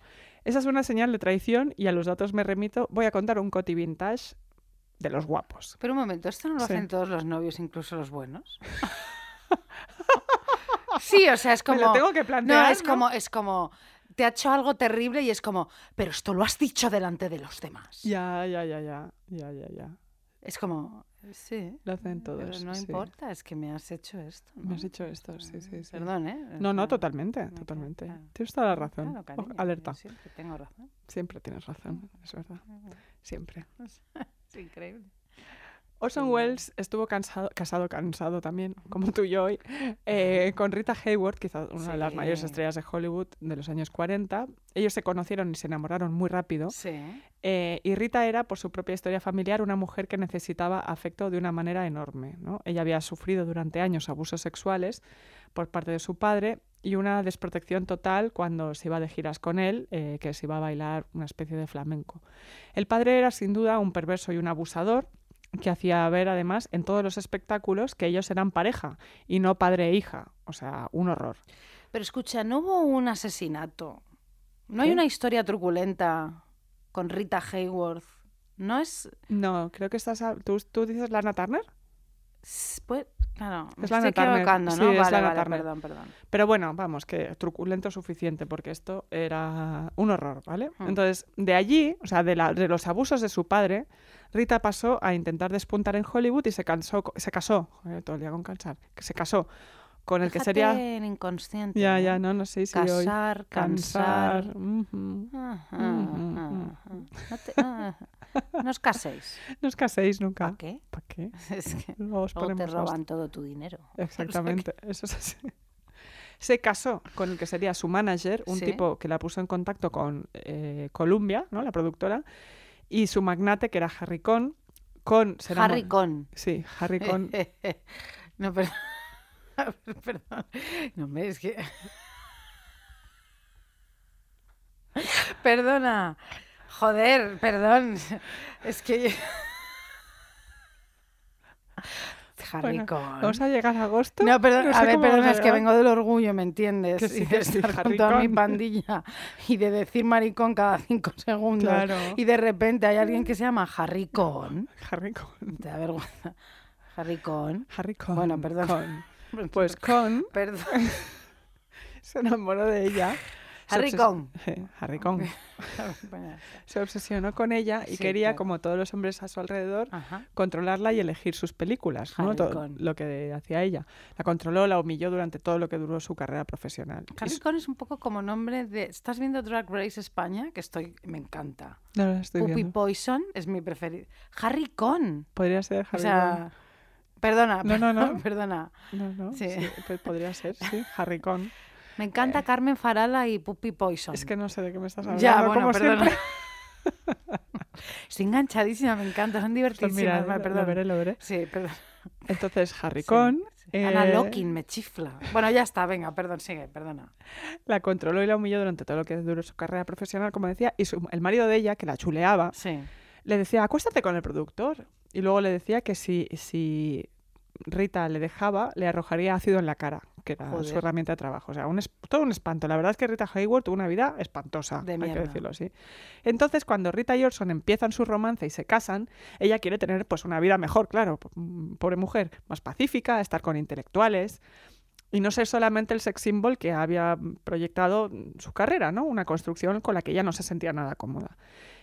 S3: Esa es una señal de traición y a los datos me remito. Voy a contar un coti vintage de los guapos.
S4: Pero un momento, ¿esto no lo
S3: Sí.
S4: hacen todos los novios, incluso los buenos? sí, o sea, es
S3: Me
S4: como.
S3: lo tengo que plantear,
S4: No, es
S3: ¿no?
S4: como, es como. Te ha hecho algo terrible y es como, pero esto lo has dicho delante de los demás.
S3: Ya, ya, ya, ya, ya, ya, ya.
S4: Es como, sí.
S3: Lo hacen
S4: Pero
S3: todos.
S4: no
S3: sí.
S4: importa, es que me has hecho esto.
S3: Me has
S4: ¿no?
S3: hecho esto, sí, sí, sí.
S4: Perdón, ¿eh?
S3: No, no,
S4: Ah,
S3: totalmente,
S4: no,
S3: totalmente.
S4: claro.
S3: Tienes toda la razón.
S4: Claro,
S3: O-
S4: cariño, yo
S3: Alerta.
S4: siempre tengo razón.
S3: Siempre tienes razón, es verdad. Siempre.
S4: Es increíble.
S3: Orson Welles estuvo cansado, casado, cansado también, como tú y yo hoy, eh, con Rita Hayworth, quizás una de las mayores
S4: Sí.
S3: estrellas de Hollywood de los años 40. Ellos se conocieron y se enamoraron muy rápido.
S4: Sí.
S3: Eh, y Rita era, por su propia historia familiar, una mujer que necesitaba afecto de una manera enorme. ¿no? Ella había sufrido durante años abusos sexuales por parte de su padre y una desprotección total cuando se iba de giras con él, eh, que se iba a bailar una especie de flamenco. El padre era sin duda un perverso y un abusador que hacía ver además en todos los espectáculos que ellos eran pareja y no padre e hija. O sea, un horror.
S4: Pero escucha, ¿no hubo un asesinato? ¿No hay
S3: ¿Qué?
S4: una historia truculenta con Rita Hayworth? ¿No es...?
S3: No, creo que estás... a- ¿Tú, tú dices Lana Turner?
S4: s- Pues, claro, me
S3: Es Lana
S4: estoy
S3: Turner,
S4: equivocando,
S3: sí,
S4: ¿no?
S3: es
S4: vale,
S3: Lana
S4: vale,
S3: Turner.
S4: perdón, perdón.
S3: Pero bueno, vamos, que truculento suficiente, porque esto era un horror, ¿vale?
S4: Mm.
S3: Entonces, de allí, o sea, de, la- de los abusos de su padre, Rita pasó a intentar despuntar en Hollywood y se, cansó, co- se casó, joder, todo el día con cansar, que se casó con el que
S4: Fíjate
S3: sería...
S4: en inconsciente.
S3: Ya,
S4: ¿eh?
S3: ya, no, no sé si hoy...
S4: Casar, cansar...
S3: ujú.
S4: Ajá,
S3: Mm, mm,
S4: ajá,
S3: mm.
S4: ajá. No, te- ah, no os caséis.
S3: No os caséis nunca.
S4: ¿Para qué?
S3: ¿Para qué?
S4: Es que
S3: Luego os
S4: Ah. luego te
S3: ponemos los-
S4: roban todo tu dinero.
S3: Exactamente, eso es así. Se casó con el que sería su manager, un
S4: Sí.
S3: tipo que la puso en contacto con eh, Columbia, ¿no? la productora, y su magnate, que era Harry Cohn. Con, se enamor-
S4: Harry Con.
S3: Sí, Harry Cohn.
S4: No, perdón. perdón. No me es que. Perdona. Joder, perdón. Es que. Harry
S3: Bueno,
S4: Con.
S3: Vamos a llegar a agosto.
S4: No, perdón,
S3: sé
S4: a ver,
S3: cómo vamos
S4: perdona,
S3: a
S4: es que
S3: llegar.
S4: vengo del orgullo, ¿me entiendes?
S3: Que sí,
S4: y de
S3: que sí,
S4: estar
S3: Harry
S4: con toda mi
S3: Con.
S4: pandilla y de decir maricón cada cinco segundos.
S3: Claro.
S4: Y de repente hay alguien que se llama Harry Con.
S3: Harry Cohn.
S4: Te da vergüenza. Harry Con.
S3: Harry Cohn.
S4: Bueno, perdón.
S3: Cohn. Pues Cohn
S4: Perdón.
S3: se enamoró de ella. Se
S4: Harry
S3: obses-
S4: Cohn.
S3: Eh, Harry Cohn. Se obsesionó con ella y
S4: Sí,
S3: quería,
S4: claro.
S3: como todos los hombres a su alrededor,
S4: Ajá.
S3: controlarla y elegir sus películas, ¿no?
S4: Harry
S3: Todo
S4: Cohn.
S3: lo que hacía ella. La controló, la humilló durante todo lo que duró su carrera profesional. Y
S4: Harry
S3: su-
S4: Con es un poco como nombre de. ¿Estás viendo Drag Race España? Que estoy. Me encanta.
S3: No, no, estoy
S4: Puppy
S3: viendo.
S4: Poison es mi preferido. Harry Con.
S3: Podría ser
S4: O
S3: Harry
S4: sea. Perdona.
S3: No, no, no.
S4: Perdona.
S3: Cohn. No, no,
S4: sí.
S3: sí, pues podría ser, sí, Harry Cohn.
S4: Me encanta Carmen Farala y Puppy Poison.
S3: Eh. Es que no sé de qué me estás hablando,
S4: Ya, bueno,
S3: como
S4: perdona.
S3: siempre.
S4: Estoy enganchadísima, me encanta, son
S3: Pues
S4: divertidísimas.
S3: mira,
S4: vale,
S3: lo-
S4: perdón.
S3: lo veré, lo veré.
S4: Sí, perdón.
S3: Entonces, Harry
S4: Sí,
S3: Cohn
S4: sí. Ana
S3: eh,
S4: Locking me chifla. Bueno, ya está, venga, perdón, sigue, perdona.
S3: la controló y la humilló durante todo lo que duró su carrera profesional, como decía, y su- el marido de ella, que la chuleaba,
S4: Sí.
S3: le decía, acuéstate con el productor. Y luego le decía que si, si Rita le dejaba, le arrojaría ácido en la cara, que era
S4: Joder.
S3: su herramienta de trabajo. O sea, un es- todo un espanto. La verdad es que Rita Hayward tuvo una vida espantosa,
S4: De
S3: hay
S4: mierda.
S3: que decirlo así. Entonces, cuando Rita y Orson empiezan su romance y se casan, ella quiere tener pues una vida mejor, claro, p- mm, pobre mujer, más pacífica, estar con intelectuales y no ser solamente el sex symbol que había proyectado mm, su carrera, ¿no? Una construcción con la que ella no se sentía nada cómoda.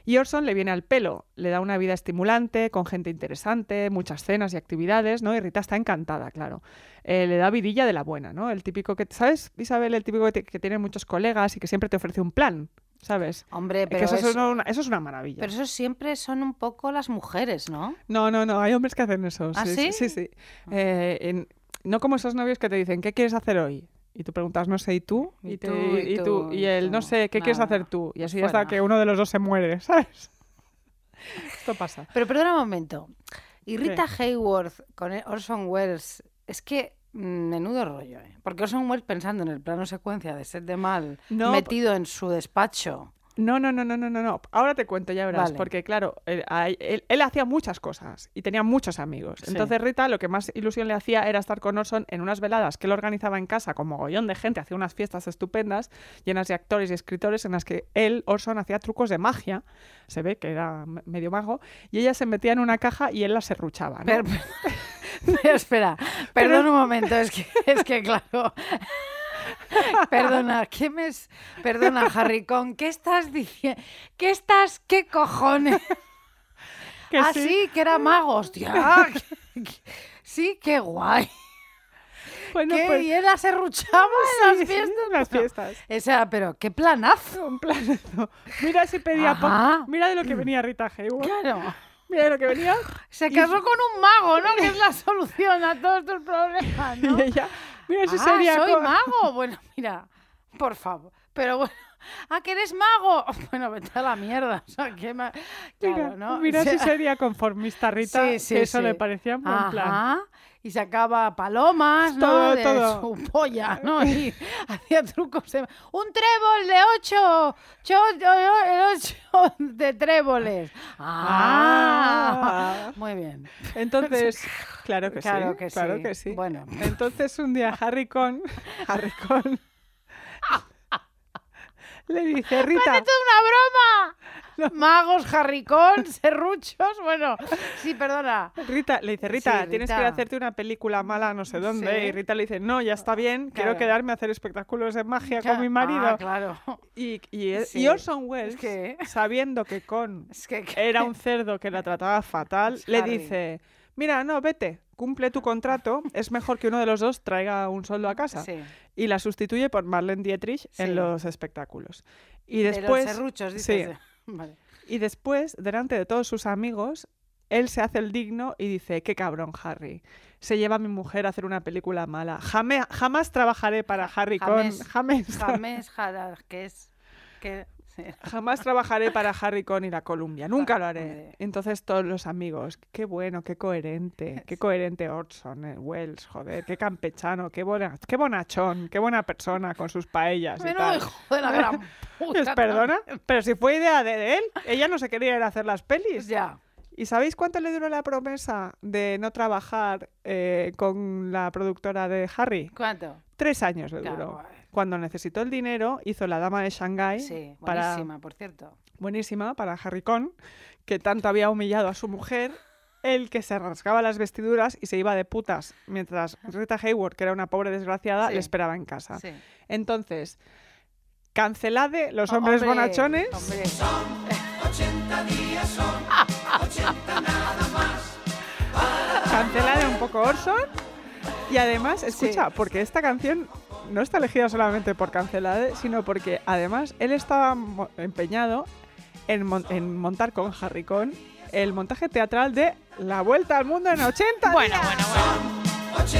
S3: Y Orson le viene al pelo, le da una vida estimulante, con gente interesante, muchas cenas y actividades, ¿no? Y Rita está encantada, claro. Eh, le da vidilla de la buena, ¿no? El típico que, ¿sabes, Isabel? El típico que, te- que tiene muchos colegas y que siempre te ofrece un plan, ¿sabes?
S4: Hombre,
S3: Que
S4: pero,
S3: eso,
S4: es-
S3: es una, eso es una maravilla.
S4: pero eso siempre son un poco las mujeres, ¿no?
S3: No, no, no, hay hombres que hacen eso.
S4: ¿Ah,
S3: sí,
S4: sí?
S3: sí, sí. Eh, en- no como esos novios que te dicen, ¿qué quieres hacer hoy? Y tú preguntas, no sé, ¿y tú?
S4: Y
S3: te-
S4: tú, y
S3: y,
S4: tú, y
S3: y él, no
S4: tú.
S3: sé, ¿qué quieres
S4: Nada, Pues
S3: hacer tú? Y así hasta
S4: fuera.
S3: que uno de los dos se muere, ¿sabes? Esto pasa.
S4: Pero perdona un momento. Y Rita Hayworth con e- Orson Welles, es que mm, menudo rollo, ¿eh? Porque Orson Welles pensando en el plano secuencia de Set de Mal,
S3: No,
S4: metido en su despacho.
S3: No, no, no, no, no, no, no. Ahora te cuento, ya verás.
S4: Vale.
S3: Porque, claro, él, a- él- él hacía muchas cosas y tenía muchos amigos.
S4: Sí.
S3: Entonces, Rita lo que más ilusión le hacía era estar con Orson en unas veladas que él organizaba en casa con mogollón de gente. Hacía unas fiestas estupendas llenas de actores y escritores en las que él, Orson, hacía trucos de magia. Se ve que era me- medio mago. Y ella se metía en una caja y él la serruchaba. ¿no?
S4: Pero, pero espera, perdón un momento, es que, es que claro. Perdona, ¿qué me es- Perdona, Harry Con, ¿qué estás diciendo? ¿Qué estás? ¿Qué cojones?
S3: Que
S4: ah,
S3: sí.
S4: sí, que era mago, hostia. Ah, que- que- Sí, qué guay.
S3: Bueno,
S4: ¿Qué?
S3: pues,
S4: Y él aserruchaba en
S3: sí,
S4: las fiestas.
S3: en las fiestas.
S4: O sea, pero qué planazo.
S3: Un planazo. Mira si pedía poco.
S4: Ajá.
S3: Mira de lo que venía Rita Hayworth.
S4: Claro.
S3: Mira de lo que venía.
S4: Se
S3: Y-
S4: casó con un mago, ¿no? Que es la solución a todos tus problemas, ¿no?
S3: Y ella, mira si
S4: ah,
S3: sería
S4: soy
S3: co-
S4: mago. Bueno, mira, por favor. Pero bueno, ah, que eres mago. Bueno, vete a la mierda. O sea, que ma-
S3: Mira,
S4: claro, ¿no? O
S3: mira si
S4: sea,
S3: sería conformista Rita,
S4: sí, sí,
S3: que eso
S4: sí.
S3: le parecía un buen plan.
S4: Ajá. Y sacaba palomas, ¿no?
S3: Todo,
S4: de
S3: todo.
S4: su polla, ¿no? Y hacía trucos de... ¡Un trébol de ocho! Yo, yo- yo- el ocho de tréboles. ¡Ah!
S3: Ah.
S4: Muy bien.
S3: Entonces, claro que
S4: Claro
S3: sí,
S4: que
S3: claro
S4: sí.
S3: que sí.
S4: Bueno.
S3: Entonces un día Harry Con, Harry Con, le dice, Rita,
S4: ¡Esto es una broma! Magos, jarricón, serruchos, bueno, sí, perdona.
S3: Rita, le dice, Rita,
S4: Sí,
S3: tienes que ir
S4: Rita.
S3: a hacerte una película mala no sé dónde.
S4: Sí.
S3: Y Rita le dice, no, ya está bien,
S4: Claro.
S3: quiero quedarme a hacer espectáculos de magia con mi
S4: Ah,
S3: marido.
S4: claro.
S3: y, e-, y, y
S4: Sí.
S3: Orson Welles,
S4: Es que-
S3: sabiendo que Con
S4: Es que,
S3: era un cerdo que la trataba fatal, le
S4: Harry.
S3: dice, mira, no, vete, cumple tu contrato, es mejor que uno de los dos traiga un sueldo a casa.
S4: Sí,
S3: Y la sustituye por Marlene Dietrich
S4: Sí.
S3: en los espectáculos. Y
S4: de los
S3: después,
S4: serruchos,
S3: sí.
S4: dices. eh. Vale.
S3: y después, delante de todos sus amigos, él se hace el digno y dice, qué cabrón, Harry. Se lleva a mi mujer a hacer una película mala. Jamé- jamás trabajaré para Harry
S4: jamés.
S3: con... Jamás.
S4: Jamés, jalar, que es... Que, sí.
S3: Jamás trabajaré para Harry Con y la Columbia, nunca lo
S4: Hombre.
S3: haré. Entonces todos los amigos, qué bueno, qué coherente, qué coherente Orson, eh, Wells, joder, qué campechano, qué, bona, qué bonachón, qué buena persona con sus paellas y
S4: Menudo
S3: tal.
S4: hijo de la gran puta.
S3: ¿Les perdona? Pero si fue idea de, de él, ella no se quería ir a hacer las pelis.
S4: Pues Ya.
S3: ¿Y sabéis cuánto le duró la promesa de no trabajar eh, con la productora de Harry?
S4: ¿Cuánto?
S3: Tres años le
S4: Claro,
S3: duró.
S4: eh.
S3: Cuando necesitó el dinero, hizo La Dama de Shanghái
S4: Sí,
S3: ¿Eh? para
S4: buenísima, por cierto.
S3: buenísima para Harry Con, que tanto había humillado a su mujer, el que se rasgaba las vestiduras y se iba de putas, mientras Rita Hayward, que era una pobre desgraciada,
S4: Sí.
S3: le esperaba en casa.
S4: Sí.
S3: Entonces, cancelade los hombres
S4: Oh, Hombre,
S3: bonachones.
S4: hombre.
S3: cancelade un poco Orson. Y además, escucha,
S4: Sí.
S3: porque esta canción no está elegida solamente por Cancelade, sino porque además él estaba mo- empeñado en, mon- en montar con Harry Con el montaje teatral de La Vuelta al Mundo en 80
S4: Bueno,
S3: días.
S4: bueno, bueno.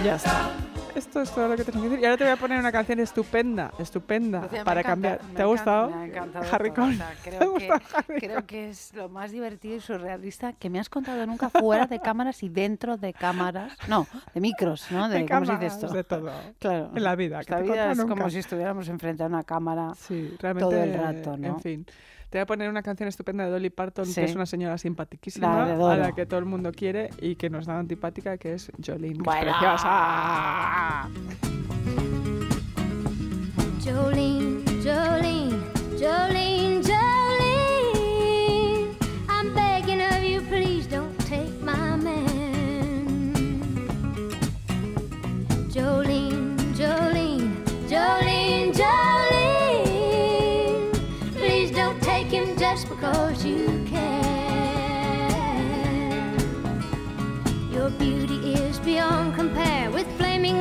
S3: Y ya está. Esto es todo lo que tengo que decir. Y ahora te voy a poner una canción estupenda, estupenda,
S4: Lucía, me
S3: para
S4: encanta,
S3: cambiar.
S4: me
S3: ¿Te
S4: encanta,
S3: ha gustado?
S4: me ha encantado
S3: Harry
S4: todo, o
S3: Con.
S4: sea,
S3: ¿Te
S4: creo,
S3: ha
S4: que,
S3: gustado Harry Con?
S4: creo que es lo más divertido y surrealista que me has contado nunca fuera de cámaras y dentro de cámaras. No, de micros, ¿no? De,
S3: De
S4: ¿Cómo se dice
S3: cámaras,
S4: esto?
S3: de todo.
S4: Claro.
S3: En la vida, que
S4: Esta
S3: te he
S4: vida
S3: contado
S4: es
S3: nunca.
S4: como si estuviéramos enfrente a una cámara.
S3: Sí, realmente.
S4: el rato, ¿no?
S3: En fin. Te voy a poner una canción estupenda de Dolly Parton,
S4: Sí.
S3: que es una señora
S4: La
S3: simpaticísima,
S4: de
S3: a
S4: Doro.
S3: la que todo el mundo quiere y que nos da antipática, que es Jolene, que
S4: Bueno.
S3: es preciosa.
S5: Jolene, Jolene, Jolene, Jolene. I'm begging of you, please don't take my man. Jolene, Jolene, Jolene, Jolene. Please don't take him just because you can. Your beauty is beyond compare with flaming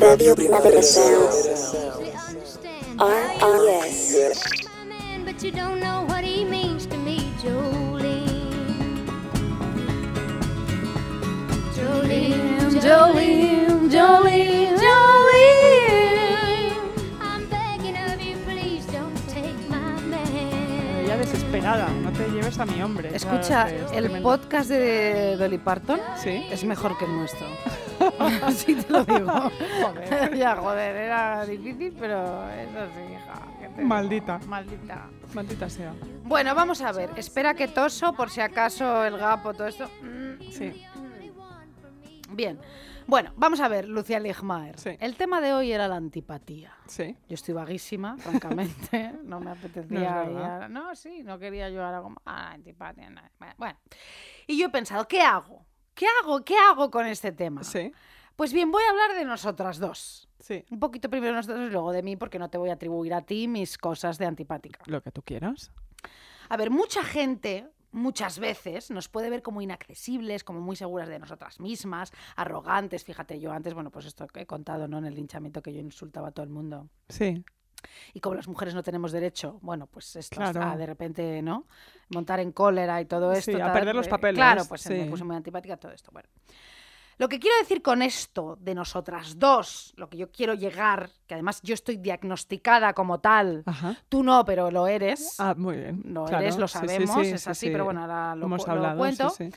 S1: Radio Primavera Sound.
S5: They understand.
S1: R.I.S.
S5: My man, but you don't know what he means to me, Jolene. Jolene, Jolene, Jolene, Jolene. I'm begging of you, please don't take my man.
S3: Ella desesperada, no te lleves a mi hombre.
S4: Escucha,
S3: ¿sabes? Ah, Es
S4: el
S3: tremendo.
S4: podcast de Dolly Parton
S3: Sí.
S4: es mejor que el nuestro. Así te lo digo.
S3: Joder.
S4: ya, joder, era difícil, pero es así, hija. ¿qué te digo?
S3: Maldita.
S4: Maldita.
S3: Maldita sea.
S4: Bueno, vamos a ver. Espera que toso, por si acaso el gapo, todo esto. Mm,
S3: Sí.
S4: Bien. Bueno, vamos a ver, Lucía Ligmaer.
S3: Sí.
S4: El tema de hoy era la antipatía.
S3: Sí.
S4: Yo estoy vaguísima, francamente. No me apetecía. ir
S3: verdad.
S4: a- No, sí, no quería yo ahora como. Ah, antipatía. no". Bueno. Y yo he pensado, ¿qué hago? ¿Qué hago? ¿Qué hago con este tema?
S3: Sí.
S4: Pues bien, voy a hablar de nosotras dos.
S3: Sí.
S4: Un poquito primero nosotros y luego de mí, porque no te voy a atribuir a ti mis cosas de antipática.
S3: Lo que tú quieras.
S4: A ver, mucha gente muchas veces nos puede ver como inaccesibles, como muy seguras de nosotras mismas, arrogantes. Fíjate, yo antes, bueno, pues esto que he contado, ¿no? En el linchamiento que yo insultaba a todo el mundo.
S3: Sí.
S4: Y como las mujeres no tenemos derecho, bueno, pues esto
S3: Claro.
S4: hasta de repente, ¿no? Montar en cólera y todo
S3: Sí,
S4: esto.
S3: a
S4: tal,
S3: perder los
S4: eh,
S3: papeles,
S4: Claro, pues se me
S3: sí.
S4: puso muy antipática todo esto. Bueno. Lo que quiero decir con esto de nosotras dos, lo que yo quiero llegar, que además yo estoy diagnosticada como tal,
S3: Ajá.
S4: tú no, pero lo eres.
S3: Ah, muy bien.
S4: Lo
S3: Claro,
S4: eres, lo
S3: sí, sí,
S4: sabemos,
S3: sí,
S4: es
S3: sí,
S4: así,
S3: sí.
S4: pero bueno, ahora lo,
S3: Hemos
S4: cu- lo
S3: hablado, sí,
S4: cuento.
S3: sí.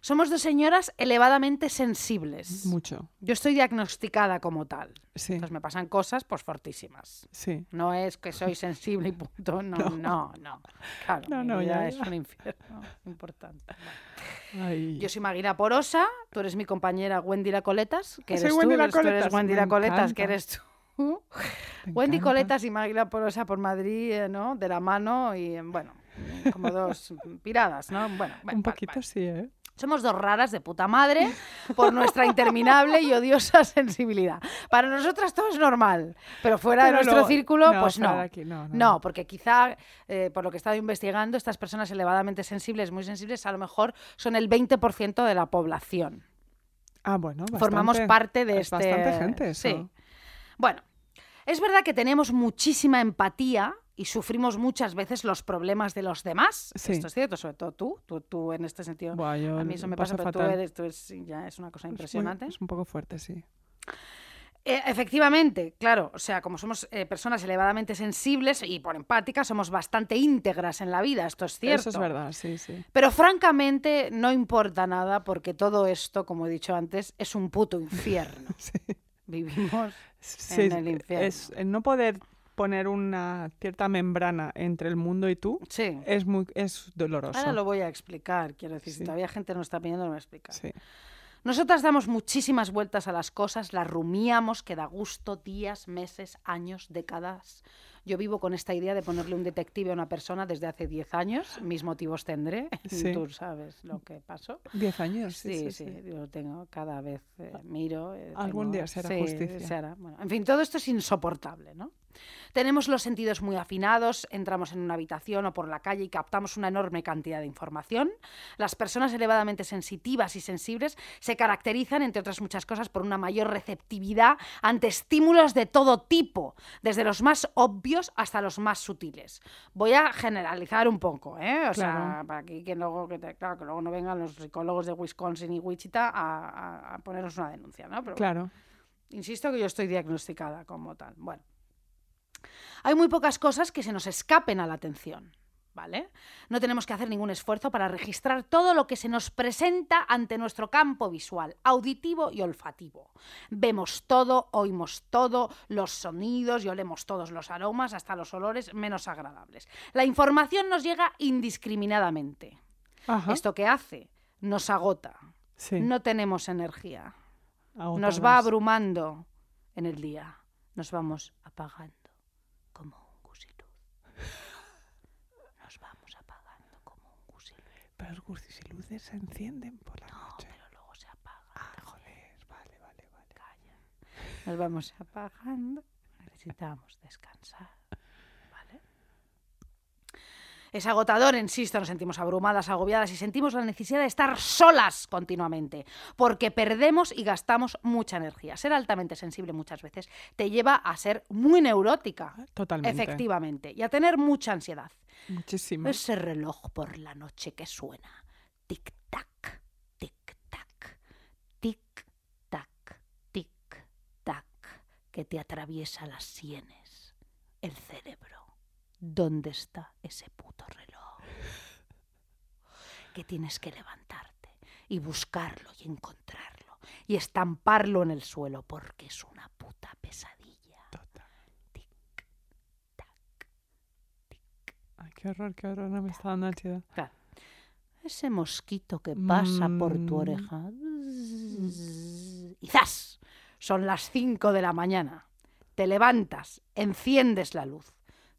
S4: Somos dos señoras elevadamente sensibles.
S3: Mucho.
S4: Yo estoy diagnosticada como tal.
S3: Sí.
S4: Entonces me pasan cosas pues fortísimas.
S3: Sí.
S4: No es que soy sensible y punto. No, no, no. Claro,
S3: No,
S4: mi
S3: no,
S4: vida
S3: ya,
S4: es
S3: ya.
S4: un infierno importante. Bueno.
S3: Ay.
S4: Yo soy Maguila Porosa, tú eres mi compañera Wendy La Coletas, que
S3: Soy
S4: eres
S3: Wendy
S4: tú,
S3: La
S4: eres- tú eres
S3: Coletas,
S4: Wendy
S3: me
S4: La Coletas, que
S3: encanta.
S4: eres tú.
S3: Me
S4: Wendy
S3: encanta.
S4: Coletas y Maguila Porosa por Madrid, eh, ¿no? De la mano y, eh, bueno, como dos piradas, ¿no? Bueno, bueno, vale,
S3: Un poquito
S4: vale.
S3: sí, ¿eh?
S4: Somos dos raras de puta madre por nuestra interminable y odiosa sensibilidad. Para nosotras todo es normal, pero fuera
S3: Pero
S4: de nuestro
S3: lo-
S4: círculo,
S3: no,
S4: pues
S3: fuera
S4: no.
S3: de aquí, no, no,
S4: No,
S3: no.
S4: porque quizá, eh, por lo que he estado investigando, estas personas elevadamente sensibles, muy sensibles, a lo mejor son el 20% de la población.
S3: Ah, bueno,
S4: Formamos
S3: bastante.
S4: parte de
S3: Es
S4: este...
S3: Bastante gente, eso.
S4: Sí. Bueno, es verdad que tenemos muchísima empatía y sufrimos muchas veces los problemas de los demás.
S3: Sí.
S4: Esto es cierto, sobre todo tú. Tú, tú en este sentido...
S3: Buah, yo
S4: A mí eso
S3: lo
S4: me pasa,
S3: paso
S4: pero tú
S3: fatal.
S4: eres, tú eres- ya es una cosa
S3: Es muy-
S4: impresionante.
S3: Es, un poco fuerte, sí.
S4: Eh, efectivamente, claro, o sea, como somos eh, personas elevadamente sensibles y por empática, somos bastante íntegras en la vida, esto es cierto.
S3: Eso es verdad, sí, sí.
S4: Pero francamente no importa nada porque todo esto, como he dicho antes, es un puto infierno.
S3: Sí.
S4: Vivimos.
S3: Sí,
S4: En el infierno.
S3: Es, el no poder poner una cierta membrana entre el mundo y tú
S4: Sí.
S3: es muy es doloroso.
S4: Ahora lo voy a explicar, quiero decir, si
S3: Sí.
S4: todavía gente no está pidiendo, lo voy a explicar.
S3: Sí,
S4: Nosotras damos muchísimas vueltas a las cosas, las rumiamos, que da gusto, días, meses, años, décadas. Yo vivo con esta idea de ponerle un detective a una persona desde hace 10 años, mis motivos tendré,
S3: Sí.
S4: tú sabes lo que pasó.
S3: diez años. Sí,
S4: Sí, sí,
S3: sí.
S4: yo tengo, cada vez eh, miro. eh,
S3: Algún
S4: tengo-
S3: día se hará
S4: sí,
S3: justicia.
S4: se hará. Bueno, en fin, todo esto es insoportable, ¿no? Tenemos los sentidos muy afinados, entramos en una habitación o por la calle y captamos una enorme cantidad de información. Las personas elevadamente sensitivas y sensibles se caracterizan, entre otras muchas cosas, por una mayor receptividad ante estímulos de todo tipo, desde los más obvios hasta los más sutiles. Voy a generalizar un poco, ¿eh? O sea,
S3: Claro.
S4: para que, que luego, que te- claro, que luego no vengan los psicólogos de Wisconsin y Wichita a, a- a ponernos una denuncia, ¿no? Pero
S3: Claro.
S4: Insisto que yo estoy diagnosticada como tal. Bueno, hay muy pocas cosas que se nos escapen a la atención, ¿vale? No tenemos que hacer ningún esfuerzo para registrar todo lo que se nos presenta ante nuestro campo visual, auditivo y olfativo. Vemos todo, oímos todo, los sonidos y olemos todos los aromas, hasta los olores menos agradables. La información nos llega indiscriminadamente.
S3: Ajá.
S4: ¿Esto que hace? Nos agota.
S3: sí.
S4: No tenemos energía nos
S3: agotadas.
S4: va abrumando en el día. Nos vamos apagando como un gusiluz. Nos vamos apagando como un gusiluz.
S3: Pero los gustos y luces se encienden por la noche.
S4: Pero luego se apaga.
S3: Ah, joder, vale, vale, vale.
S4: Nos vamos apagando. Necesitamos descansar. ¿Vale? Es agotador, insisto, nos sentimos abrumadas, agobiadas y sentimos la necesidad de estar solas continuamente, porque perdemos y gastamos mucha energía. Ser altamente sensible muchas veces te lleva a ser muy neurótica,
S3: Totalmente.
S4: efectivamente, y a tener mucha ansiedad.
S3: Muchísimo.
S4: Ese reloj por la noche que suena. Tic-tac, tic-tac, tic-tac, tic-tac, que te atraviesa las sienes, el cerebro. ¿Dónde está ese puto reloj? Que tienes que levantarte y buscarlo y encontrarlo y estamparlo en el suelo porque es una puta pesadilla.
S3: Total. Ay, qué horror, qué horror. No me está dando ansiedad.
S4: Ese mosquito que pasa por tu
S3: Mm.
S4: oreja. Zzzz. Y ¡zas! Son las 5 de la mañana. Te levantas, enciendes la luz,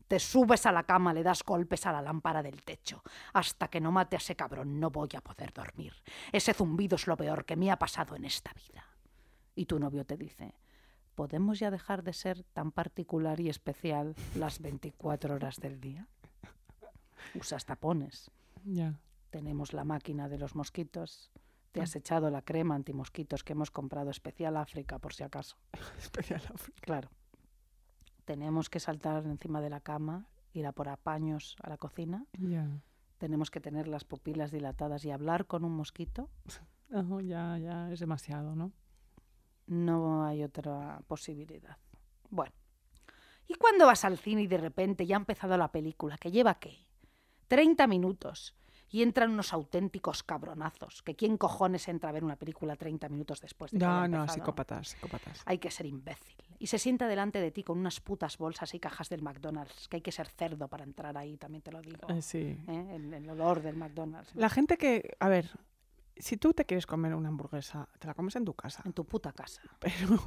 S4: te subes a la cama, le das golpes a la lámpara del techo. Hasta que no mate a ese cabrón no voy a poder dormir. Ese zumbido es lo peor que me ha pasado en esta vida. Y tu novio te dice, ¿podemos ya dejar de ser tan particular y especial las 24 horas del día? Usas tapones
S3: Ya.
S4: tenemos la máquina de los mosquitos. Te has echado la crema antimosquitos que hemos comprado especial África, por si acaso.
S3: Especial África.
S4: Claro. Tenemos que saltar encima de la cama, ir a por apaños a la cocina.
S3: Ya.
S4: Tenemos que tener las pupilas dilatadas y hablar con un mosquito.
S3: Ajá, ya, ya. Es demasiado, ¿no?
S4: No hay otra posibilidad. Bueno. ¿Y cuando vas al cine y de repente ya ha empezado la película, que lleva qué? 30 minutos. Y entran unos auténticos cabronazos. Que quién cojones entra a ver una película 30 minutos después de que haya
S3: No, no,
S4: empezado?
S3: psicópatas, psicópatas.
S4: Hay que ser imbécil. Y se sienta delante de ti con unas putas bolsas y cajas del McDonald's, que hay que ser cerdo para entrar ahí, también te lo digo.
S3: Eh, sí.
S4: ¿eh? El, el olor del McDonald's.
S3: La gente que, a ver, si tú te quieres comer una hamburguesa, te la comes en tu casa.
S4: En tu puta casa.
S3: Pero,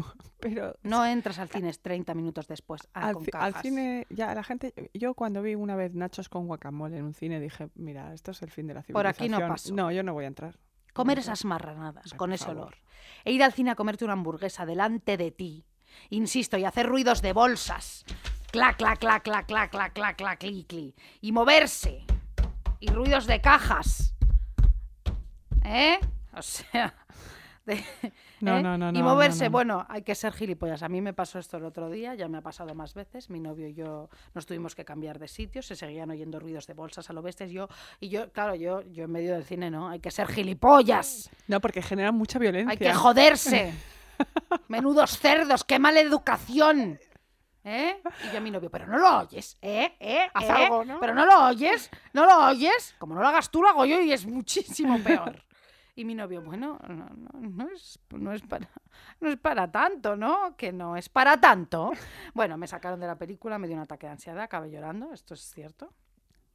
S3: pero
S4: No entras al cine 30 minutos después ah,
S3: al,
S4: con
S3: ci- al
S4: cajas.
S3: cine, ya la gente, yo cuando vi una vez nachos con guacamole en un cine dije, mira, esto es el fin de la
S4: Por
S3: civilización.
S4: aquí no paso".
S3: No, yo no voy a entrar.
S4: Comer
S3: Hombre,
S4: esas marranadas
S3: hombre,
S4: con
S3: por
S4: ese
S3: favor.
S4: olor. E ir al cine a comerte una hamburguesa delante de ti. Insisto, y hacer ruidos de bolsas. Cla, cla, cla, cla, cla, cla, cla, cla, cli, cli. Y moverse. Y ruidos de cajas. ¿Eh? O sea. de-
S3: No,
S4: ¿eh?
S3: no, no,
S4: Y
S3: no,
S4: moverse,
S3: no, no.
S4: bueno, hay que ser gilipollas. A mí me pasó esto el otro día, ya me ha pasado más veces. Mi novio y yo nos tuvimos que cambiar de sitio, se seguían oyendo ruidos de bolsas a lo bestias. Yo, y yo, claro, yo, yo en medio del cine no, hay que ser gilipollas.
S3: No, porque genera mucha violencia.
S4: Hay que joderse. Menudos cerdos, qué mala educación. ¿Eh? Y yo a mi novio, pero no lo oyes, ¿eh? ¿Eh?
S3: Haz
S4: ¿Eh?
S3: algo, ¿no?
S4: Pero no lo oyes, no lo oyes. Como no lo hagas tú, lo hago yo y es muchísimo peor. Y mi novio, bueno, no, no, no es, no, es para, no es para tanto, ¿no? Que no es para tanto. Bueno, me sacaron de la película, me dio un ataque de ansiedad, acabé llorando, esto es cierto.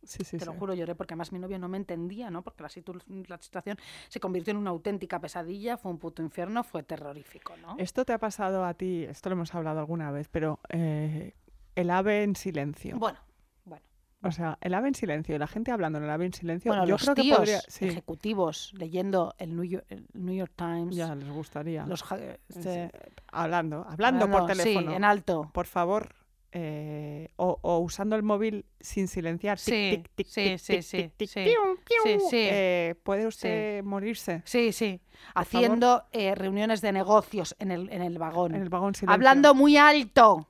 S3: Sí, sí,
S4: Te lo
S3: sí.
S4: juro, lloré porque además mi novio no me entendía, ¿no? Porque la, situ- la situación se convirtió en una auténtica pesadilla, fue un puto infierno, fue terrorífico, ¿no?
S3: Esto te ha pasado a ti, esto lo hemos hablado alguna vez, pero eh, el ave en silencio.
S4: Bueno, bueno.
S3: O sea, el ave en silencio, la gente hablando en el ave en silencio.
S4: Bueno,
S3: yo
S4: los
S3: creo
S4: tíos
S3: que podría. Sí,
S4: ejecutivos leyendo el New York, el New York Times,
S3: ya les gustaría.
S4: los ja-
S3: Sí,
S4: este,
S3: Hablando, hablando por
S4: hablando,
S3: teléfono.
S4: Sí, en alto.
S3: Por favor, eh, o, o usando el móvil sin silenciar. tic,
S4: Sí,
S3: tic, tic,
S4: sí,
S3: tic,
S4: sí,
S3: tic,
S4: sí,
S3: tic, tic,
S4: sí.
S3: pium, pium,
S4: Sí, sí.
S3: eh, puede usted morirse
S4: Sí, sí.
S3: favor.
S4: Haciendo eh, reuniones de negocios en el, en el vagón.
S3: en el vagón silencio.
S4: Hablando muy alto.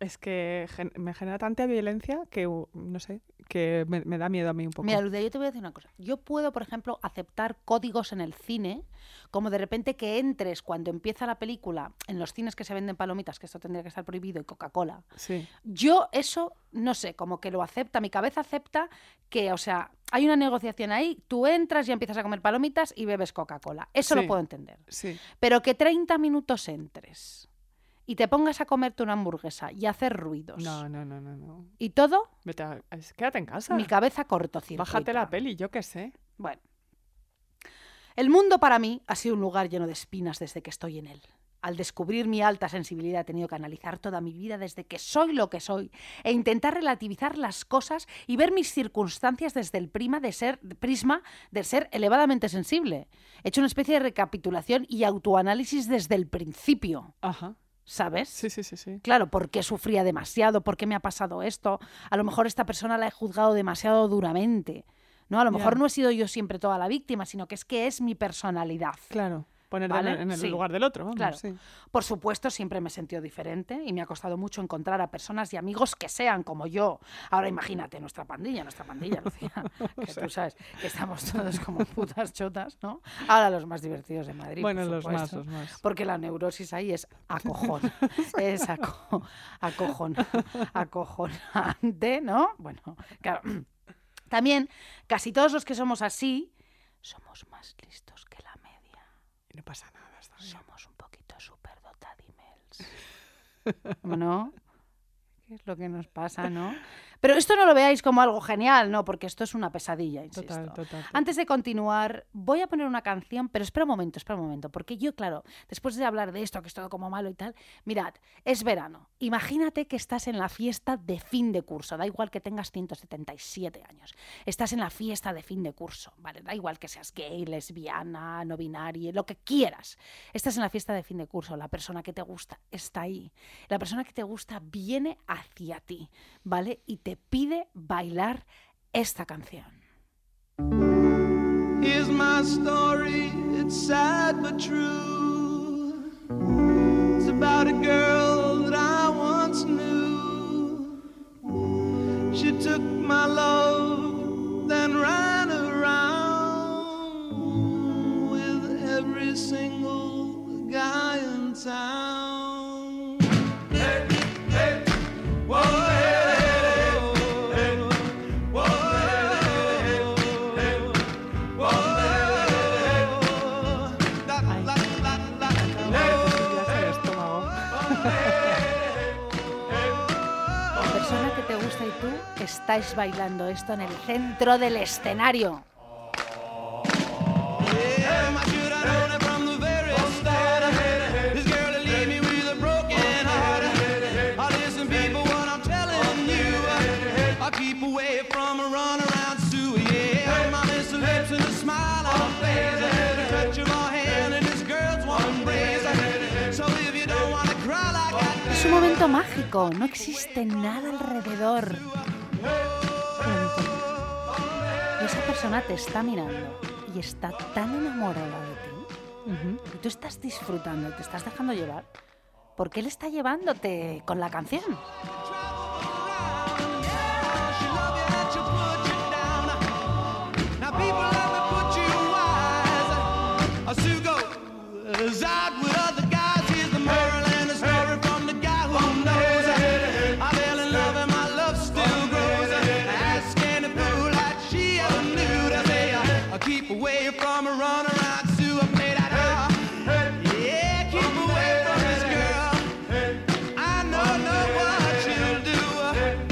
S3: Es que gen- me genera tanta violencia que, uh, no sé, que me, me da miedo a mí un poco.
S4: Mira, Ludia, yo te voy a decir una cosa. Yo puedo, por ejemplo, aceptar códigos en el cine, como de repente que entres cuando empieza la película en los cines que se venden palomitas, que esto tendría que estar prohibido, y Coca-Cola.
S3: Sí.
S4: Yo eso, no sé, como que lo acepta, mi cabeza acepta que, o sea, hay una negociación ahí, tú entras y empiezas a comer palomitas y bebes Coca-Cola. Eso
S3: Sí.
S4: lo puedo entender.
S3: Sí,
S4: Pero que 30 minutos entres y te pongas a comerte una hamburguesa y hacer ruidos
S3: no, no, no, no, no.
S4: y todo,
S3: Vete a- es- quédate en casa.
S4: mi cabeza cortocircuita.
S3: Bájate la peli, yo qué sé.
S4: Bueno. El mundo para mí ha sido un lugar lleno de espinas desde que estoy en él. Al descubrir mi alta sensibilidad he tenido que analizar toda mi vida desde que soy lo que soy e intentar relativizar las cosas y ver mis circunstancias desde el prima de ser, prisma de ser elevadamente sensible. He hecho una especie de recapitulación y autoanálisis desde el principio,
S3: Ajá.
S4: ¿sabes?
S3: Sí, sí, sí, sí.
S4: Claro, ¿por qué sufría demasiado? ¿Por qué me ha pasado esto? A lo mejor esta persona la he juzgado demasiado duramente. No, a lo
S3: Ya.
S4: mejor no he sido yo siempre toda la víctima, sino que es que es mi personalidad.
S3: Claro. Ponerte
S4: Vale,
S3: en, el
S4: sí.
S3: lugar del otro, vamos.
S4: Claro.
S3: sí.
S4: Por supuesto, siempre me he sentido diferente y me ha costado mucho encontrar a personas y amigos que sean como yo. Ahora imagínate nuestra pandilla, nuestra pandilla, Lucía, que tú sabes que estamos todos como putas chotas, ¿no? Ahora los más divertidos de Madrid.
S3: Bueno,
S4: por
S3: los más,
S4: supuesto.
S3: los más.
S4: Porque la neurosis ahí es acojón. es aco- acojón. Acojonante, ¿no? Bueno, claro. También, casi todos los que somos así, somos más listos que la media.
S3: Y No pasa nada, está bien.
S4: Somos un poquito superdotadimels. ¿No? ¿Qué es lo que nos pasa, no? Pero esto no lo veáis como algo genial, no, porque esto es una pesadilla, insisto.
S3: Total, total, total.
S4: Antes de continuar, voy a poner una canción, pero espera un momento, espera un momento, porque yo, claro, después de hablar de esto, que es todo como malo y tal, mirad, es verano. Imagínate que estás en la fiesta de fin de curso, da igual que tengas 177 años, estás en la fiesta de fin de curso, ¿vale? Da igual que seas gay, lesbiana, no binaria, lo que quieras. Estás en la fiesta de fin de curso, la persona que te gusta está ahí, la persona que te gusta viene hacia ti, ¿vale? Y te pide bailar esta canción.
S6: Here's my story, it's sad but true. It's about a girl that I once knew. She took my love, then ran around with every single guy in town. Hey, hey, whoa, hey, hey, whoa, hey, hey,
S3: el estómago.
S4: La persona que te gusta y tú estáis bailando esto en el centro del escenario.
S6: Keep away from a runaround Sue, yeah. My missing lips and a smile on her face. Touch of my hand and this girl's one embrace. So if you don't wanna cry like I do.
S4: Es un momento mágico, no existe nada alrededor. Y esa persona te está mirando y está tan enamorada de ti.
S3: Ujú.
S4: Y tú estás disfrutando, te estás dejando llevar. Porque él está llevándote con la canción.
S6: Keep away from a runaround Sue. I played that Yeah, keep away from this girl. I know, know what you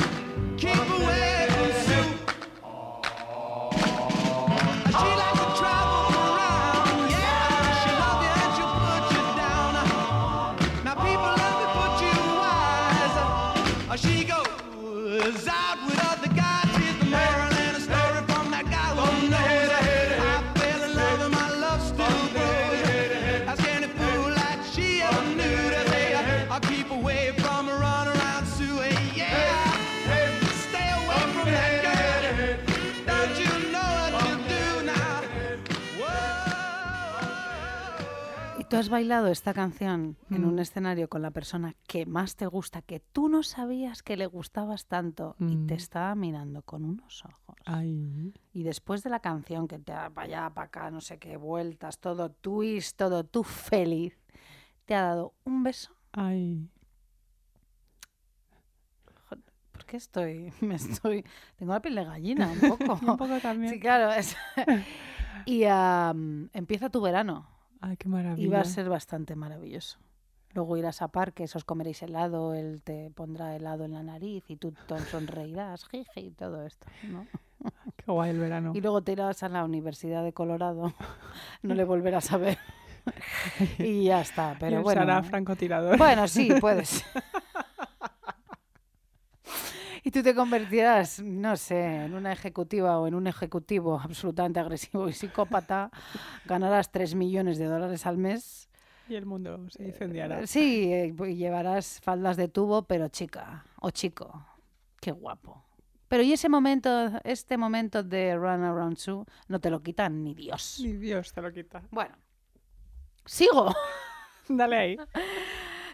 S4: ¿Tú has bailado esta canción en
S3: Mm.
S4: un escenario con la persona que más te gusta, que tú no sabías que le gustabas tanto y te
S3: Mm. Ah.
S4: estaba mirando con unos ojos?
S3: Ay.
S4: Y después de la canción que te da para allá, para acá, no sé qué vueltas, todo twist, todo tú feliz, te ha dado un beso.
S3: Ay.
S4: ¿Por qué estoy? Me estoy. Tengo la piel de gallina un
S3: Y un
S4: poco.
S3: poco también.
S4: sí, claro. es- y am, empieza tu verano.
S3: Ay, qué
S4: Y
S3: maravilla.
S4: va a ser bastante maravilloso. Luego irás a parques, os comeréis helado, él te pondrá helado en la nariz y tú te sonreirás, jeje, y todo esto, ¿no?
S3: Qué guay el verano.
S4: Y luego te irás a la Universidad de Colorado, no le volverás a ver. y ya está,
S3: Y
S4: pero
S3: él
S4: bueno.
S3: será francotirador.
S4: Bueno, sí, puedes. Y tú te convertirás, no sé, en una ejecutiva o en un ejecutivo absolutamente agresivo y psicópata. Ganarás 3 millones de dólares al mes.
S3: Y el mundo se incendiará.
S4: Sí, eh, y llevarás faldas de tubo, pero chica o chico. Qué guapo. Pero y ese momento, este momento de Run Around Sue, no te lo quitan ni Dios.
S3: Ni Dios te lo quita.
S4: Bueno, sigo.
S3: Dale ahí.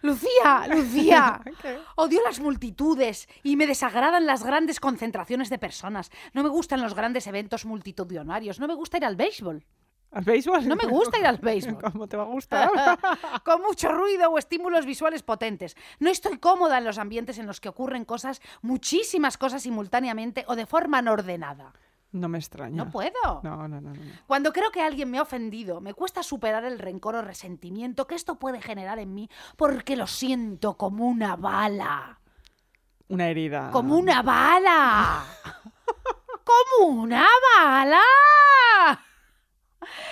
S4: Lucía, Lucía.
S3: ¿Qué?
S4: Odio las multitudes y me desagradan las grandes concentraciones de personas. No me gustan los grandes eventos multitudinarios. No me gusta ir al béisbol.
S3: ¿Al béisbol?
S4: No me gusta ir al béisbol.
S3: ¿Cómo te va a gustar?
S4: con mucho ruido o estímulos visuales potentes. No estoy cómoda en los ambientes en los que ocurren cosas, muchísimas cosas simultáneamente o de forma no ordenada.
S3: No me extraña.
S4: No puedo.
S3: No, no, no, no, no.
S4: Cuando creo que alguien me ha ofendido, me cuesta superar el rencor o resentimiento que esto puede generar en mí porque lo siento como una bala.
S3: Una herida.
S4: ¡Como una bala! ¡Como una bala!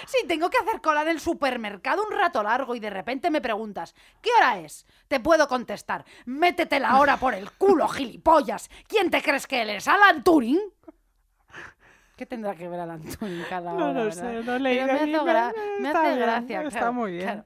S4: Si tengo que hacer cola en el supermercado un rato largo y de repente me preguntas, ¿qué hora es? Te puedo contestar, métete la hora por el culo, gilipollas. ¿Quién te crees que eres? ¿Alan Turing? ¿Qué tendrá que ver Alan Turing cada
S3: No
S4: hora?
S3: lo
S4: verdad?
S3: sé, no he
S4: Pero
S3: leído
S4: Eh, me hace,
S3: ni-
S4: gra-
S3: pero
S4: me
S3: está
S4: hace
S3: bien,
S4: gracia.
S3: está
S4: claro,
S3: muy bien.
S4: claro.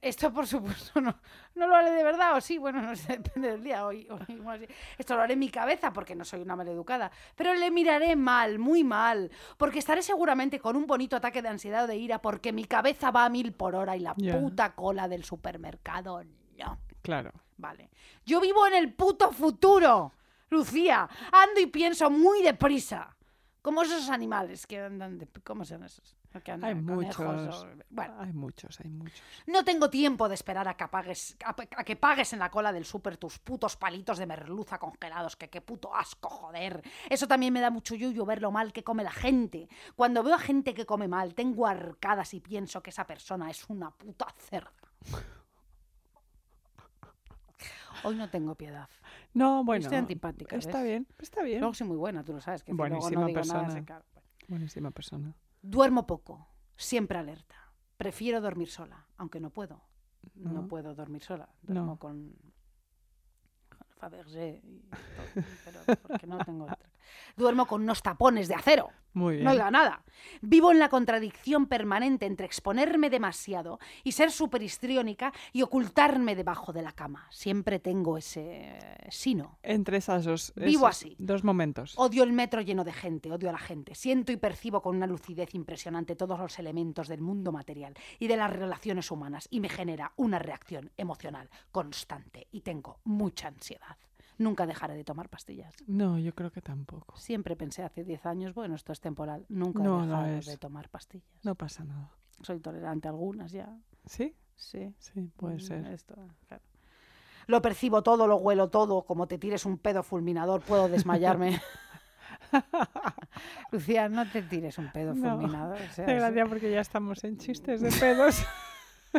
S4: Esto, por supuesto, no, no lo haré de verdad, o sí, bueno, no sé, depende del día. Hoy, hoy igual sí. Esto lo haré en mi cabeza porque no soy una maleducada, pero le miraré mal, muy mal, porque estaré seguramente con un bonito ataque de ansiedad o de ira porque mi cabeza va a mil por hora y la
S3: Ya.
S4: puta cola del supermercado no.
S3: Claro.
S4: Vale. Yo vivo en el puto futuro, Lucía. Ando y pienso muy deprisa. Como esos animales que andan de... ¿Cómo son esos? Los que andan
S3: Hay
S4: de conejos
S3: muchos.
S4: o- Bueno,
S3: Hay muchos, hay muchos.
S4: no tengo tiempo de esperar a que, apagues- a, pe- a que pagues en la cola del súper tus putos palitos de merluza congelados, que qué puto asco, joder. Eso también me da mucho yuyu ver lo mal que come la gente. Cuando veo a gente que come mal, tengo arcadas y pienso que esa persona es una puta cerda. Hoy no tengo piedad.
S3: No, bueno.
S4: estoy antipática,
S3: Está
S4: ¿ves?
S3: bien, está bien.
S4: Luego soy muy buena, tú lo sabes, que si luego
S3: Buenísima
S4: no digo nada,
S3: persona.
S4: se caga.
S3: Buenísima persona.
S4: Duermo poco, siempre alerta. Prefiero dormir sola, aunque no puedo. No,
S3: No.
S4: puedo dormir sola. Duermo
S3: No.
S4: con, con Fabergé, y todo, pero porque no tengo otra. Duermo con unos tapones de acero.
S3: Muy bien.
S4: No diga nada. Vivo en la contradicción permanente entre exponerme demasiado y ser súper histriónica y ocultarme debajo de la cama. Siempre tengo ese eh, sino.
S3: Entre esas dos.
S4: Vivo
S3: esos
S4: así.
S3: Dos momentos.
S4: Odio el metro lleno de gente, odio a la gente. Siento y percibo con una lucidez impresionante todos los elementos del mundo material y de las relaciones humanas y me genera una reacción emocional constante y tengo mucha ansiedad. Nunca dejaré de tomar pastillas.
S3: No, yo creo que tampoco.
S4: Siempre pensé hace 10 años, bueno, esto es temporal, nunca
S3: No
S4: he
S3: lo
S4: dejado
S3: es.
S4: de tomar pastillas.
S3: No pasa nada.
S4: Soy tolerante a algunas ya,
S3: ¿Sí?
S4: sí.
S3: Sí, puede
S4: Mm,
S3: ser.
S4: esto, claro. Lo percibo todo, lo huelo todo, como te tires un pedo fulminador puedo desmayarme. Lucía, no te tires un pedo
S3: No.
S4: fulminador. o sea,
S3: Qué gracia porque ya estamos en chistes de pedos.
S4: sí.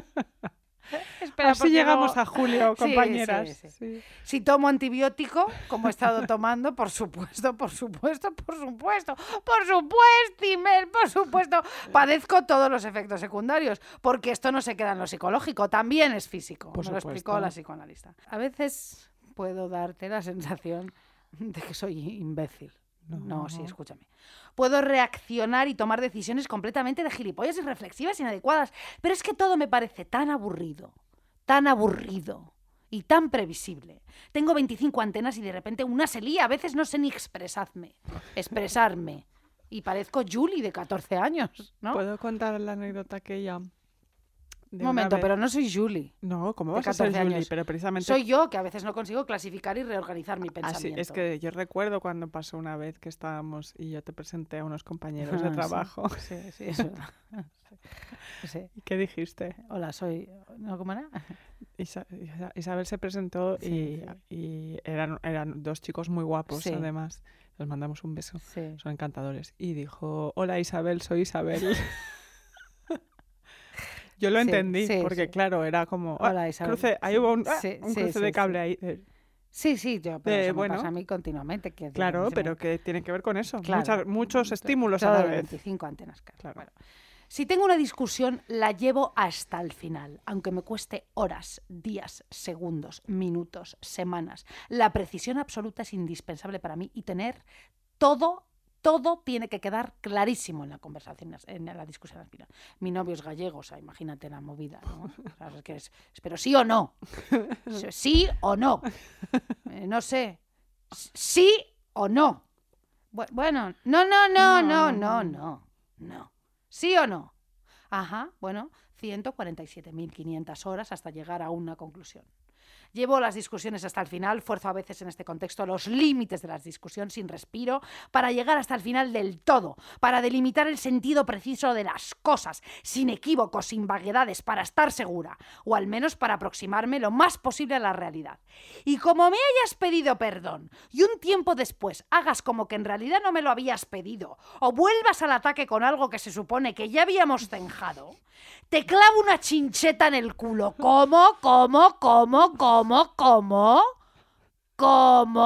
S4: Espera,
S3: Así
S4: porque
S3: llegamos
S4: luego-
S3: a julio,
S4: Sí,
S3: compañeras.
S4: sí,
S3: Sí.
S4: Si tomo antibiótico, como he estado tomando, por supuesto, por supuesto, por supuesto, por supuesto, Imel, por supuesto, padezco todos los efectos secundarios, porque esto no se queda en lo psicológico, también es físico.
S3: Por
S4: me lo explicó
S3: supuesto.
S4: la psicoanalista. A veces puedo darte la sensación de que soy imbécil. No, sí,
S3: No.
S4: escúchame. Puedo reaccionar y tomar decisiones completamente de gilipollas y reflexivas inadecuadas, pero es que todo me parece tan aburrido, tan aburrido y tan previsible. Tengo 25 antenas y de repente una se lía. A veces no sé ni expresarme, expresarme. Y parezco Julie de 14 años, ¿no?
S3: ¿Puedo contar la anécdota aquella Pues, de
S4: Un
S3: una
S4: momento,
S3: vez.
S4: pero no soy Julie.
S3: No, ¿cómo
S4: de
S3: vas a ser
S4: 14
S3: Julie?
S4: años.
S3: Pero precisamente...
S4: Soy yo que a veces no consigo clasificar y reorganizar mi
S3: Así,
S4: pensamiento.
S3: Ah, es que yo recuerdo cuando pasó una vez que estábamos y yo te presenté a unos compañeros
S4: Ah,
S3: de
S4: sí.
S3: trabajo.
S4: Sí, sí, es verdad. Sí.
S3: ¿Y ¿Qué dijiste?
S4: Hola, soy. ¿No cómo era?
S3: Isa- Isa- Isabel se presentó
S4: Sí,
S3: y, y eran, eran dos chicos muy guapos,
S4: Sí.
S3: además. Les mandamos un beso.
S4: Sí.
S3: Son encantadores. Y dijo, hola Isabel, soy Isabel. Yo lo
S4: Sí,
S3: entendí,
S4: sí,
S3: porque
S4: sí.
S3: claro, era como... "Ah,
S4: Hola, Isabel".
S3: cruce". ahí
S4: Sí,
S3: hubo un, ah,
S4: sí,
S3: un
S4: sí,
S3: cruce
S4: sí,
S3: de
S4: sí.
S3: cable ahí. Eh,
S4: Sí, sí, yo, pero
S3: Eh,
S4: eso me
S3: bueno.
S4: pasa a mí continuamente. que de-
S3: Claro,
S4: se
S3: pero
S4: me-
S3: que tiene que ver con eso.
S4: Claro.
S3: Muchas- muchos
S4: to-
S3: estímulos a
S4: todo
S3: la
S4: de
S3: vez.
S4: 25 antenas, claro.
S3: Claro.
S4: Bueno. Si tengo una discusión, la llevo hasta el final, aunque me cueste horas, días, segundos, minutos, semanas. La precisión absoluta es indispensable para mí y tener todo, todo tiene que quedar clarísimo en la conversación, en la discusión al final. Mi novio es gallego, o sea, imagínate la movida, ¿no? O sea, es que es- es, pero sí o no. Sí- Sí o no. Eh, no sé. S- Sí o no. Bu- Bueno, no, no, no, no, no, no. No. ¿Sí o no? Ajá, bueno, 147.500 horas hasta llegar a una conclusión. Llevo las discusiones hasta el final, fuerzo a veces en este contexto los límites de las discusiones sin respiro para llegar hasta el final del todo, para delimitar el sentido preciso de las cosas, sin equívocos, sin vaguedades, para estar segura, o al menos para aproximarme lo más posible a la realidad. Y como me hayas pedido perdón y un tiempo después hagas como que en realidad no me lo habías pedido, o vuelvas al ataque con algo que se supone que ya habíamos zanjado, te clavo una chincheta en el culo. ¿Cómo? ¿Cómo? ¿Cómo? ¿Cómo? ¿Cómo? ¿Cómo?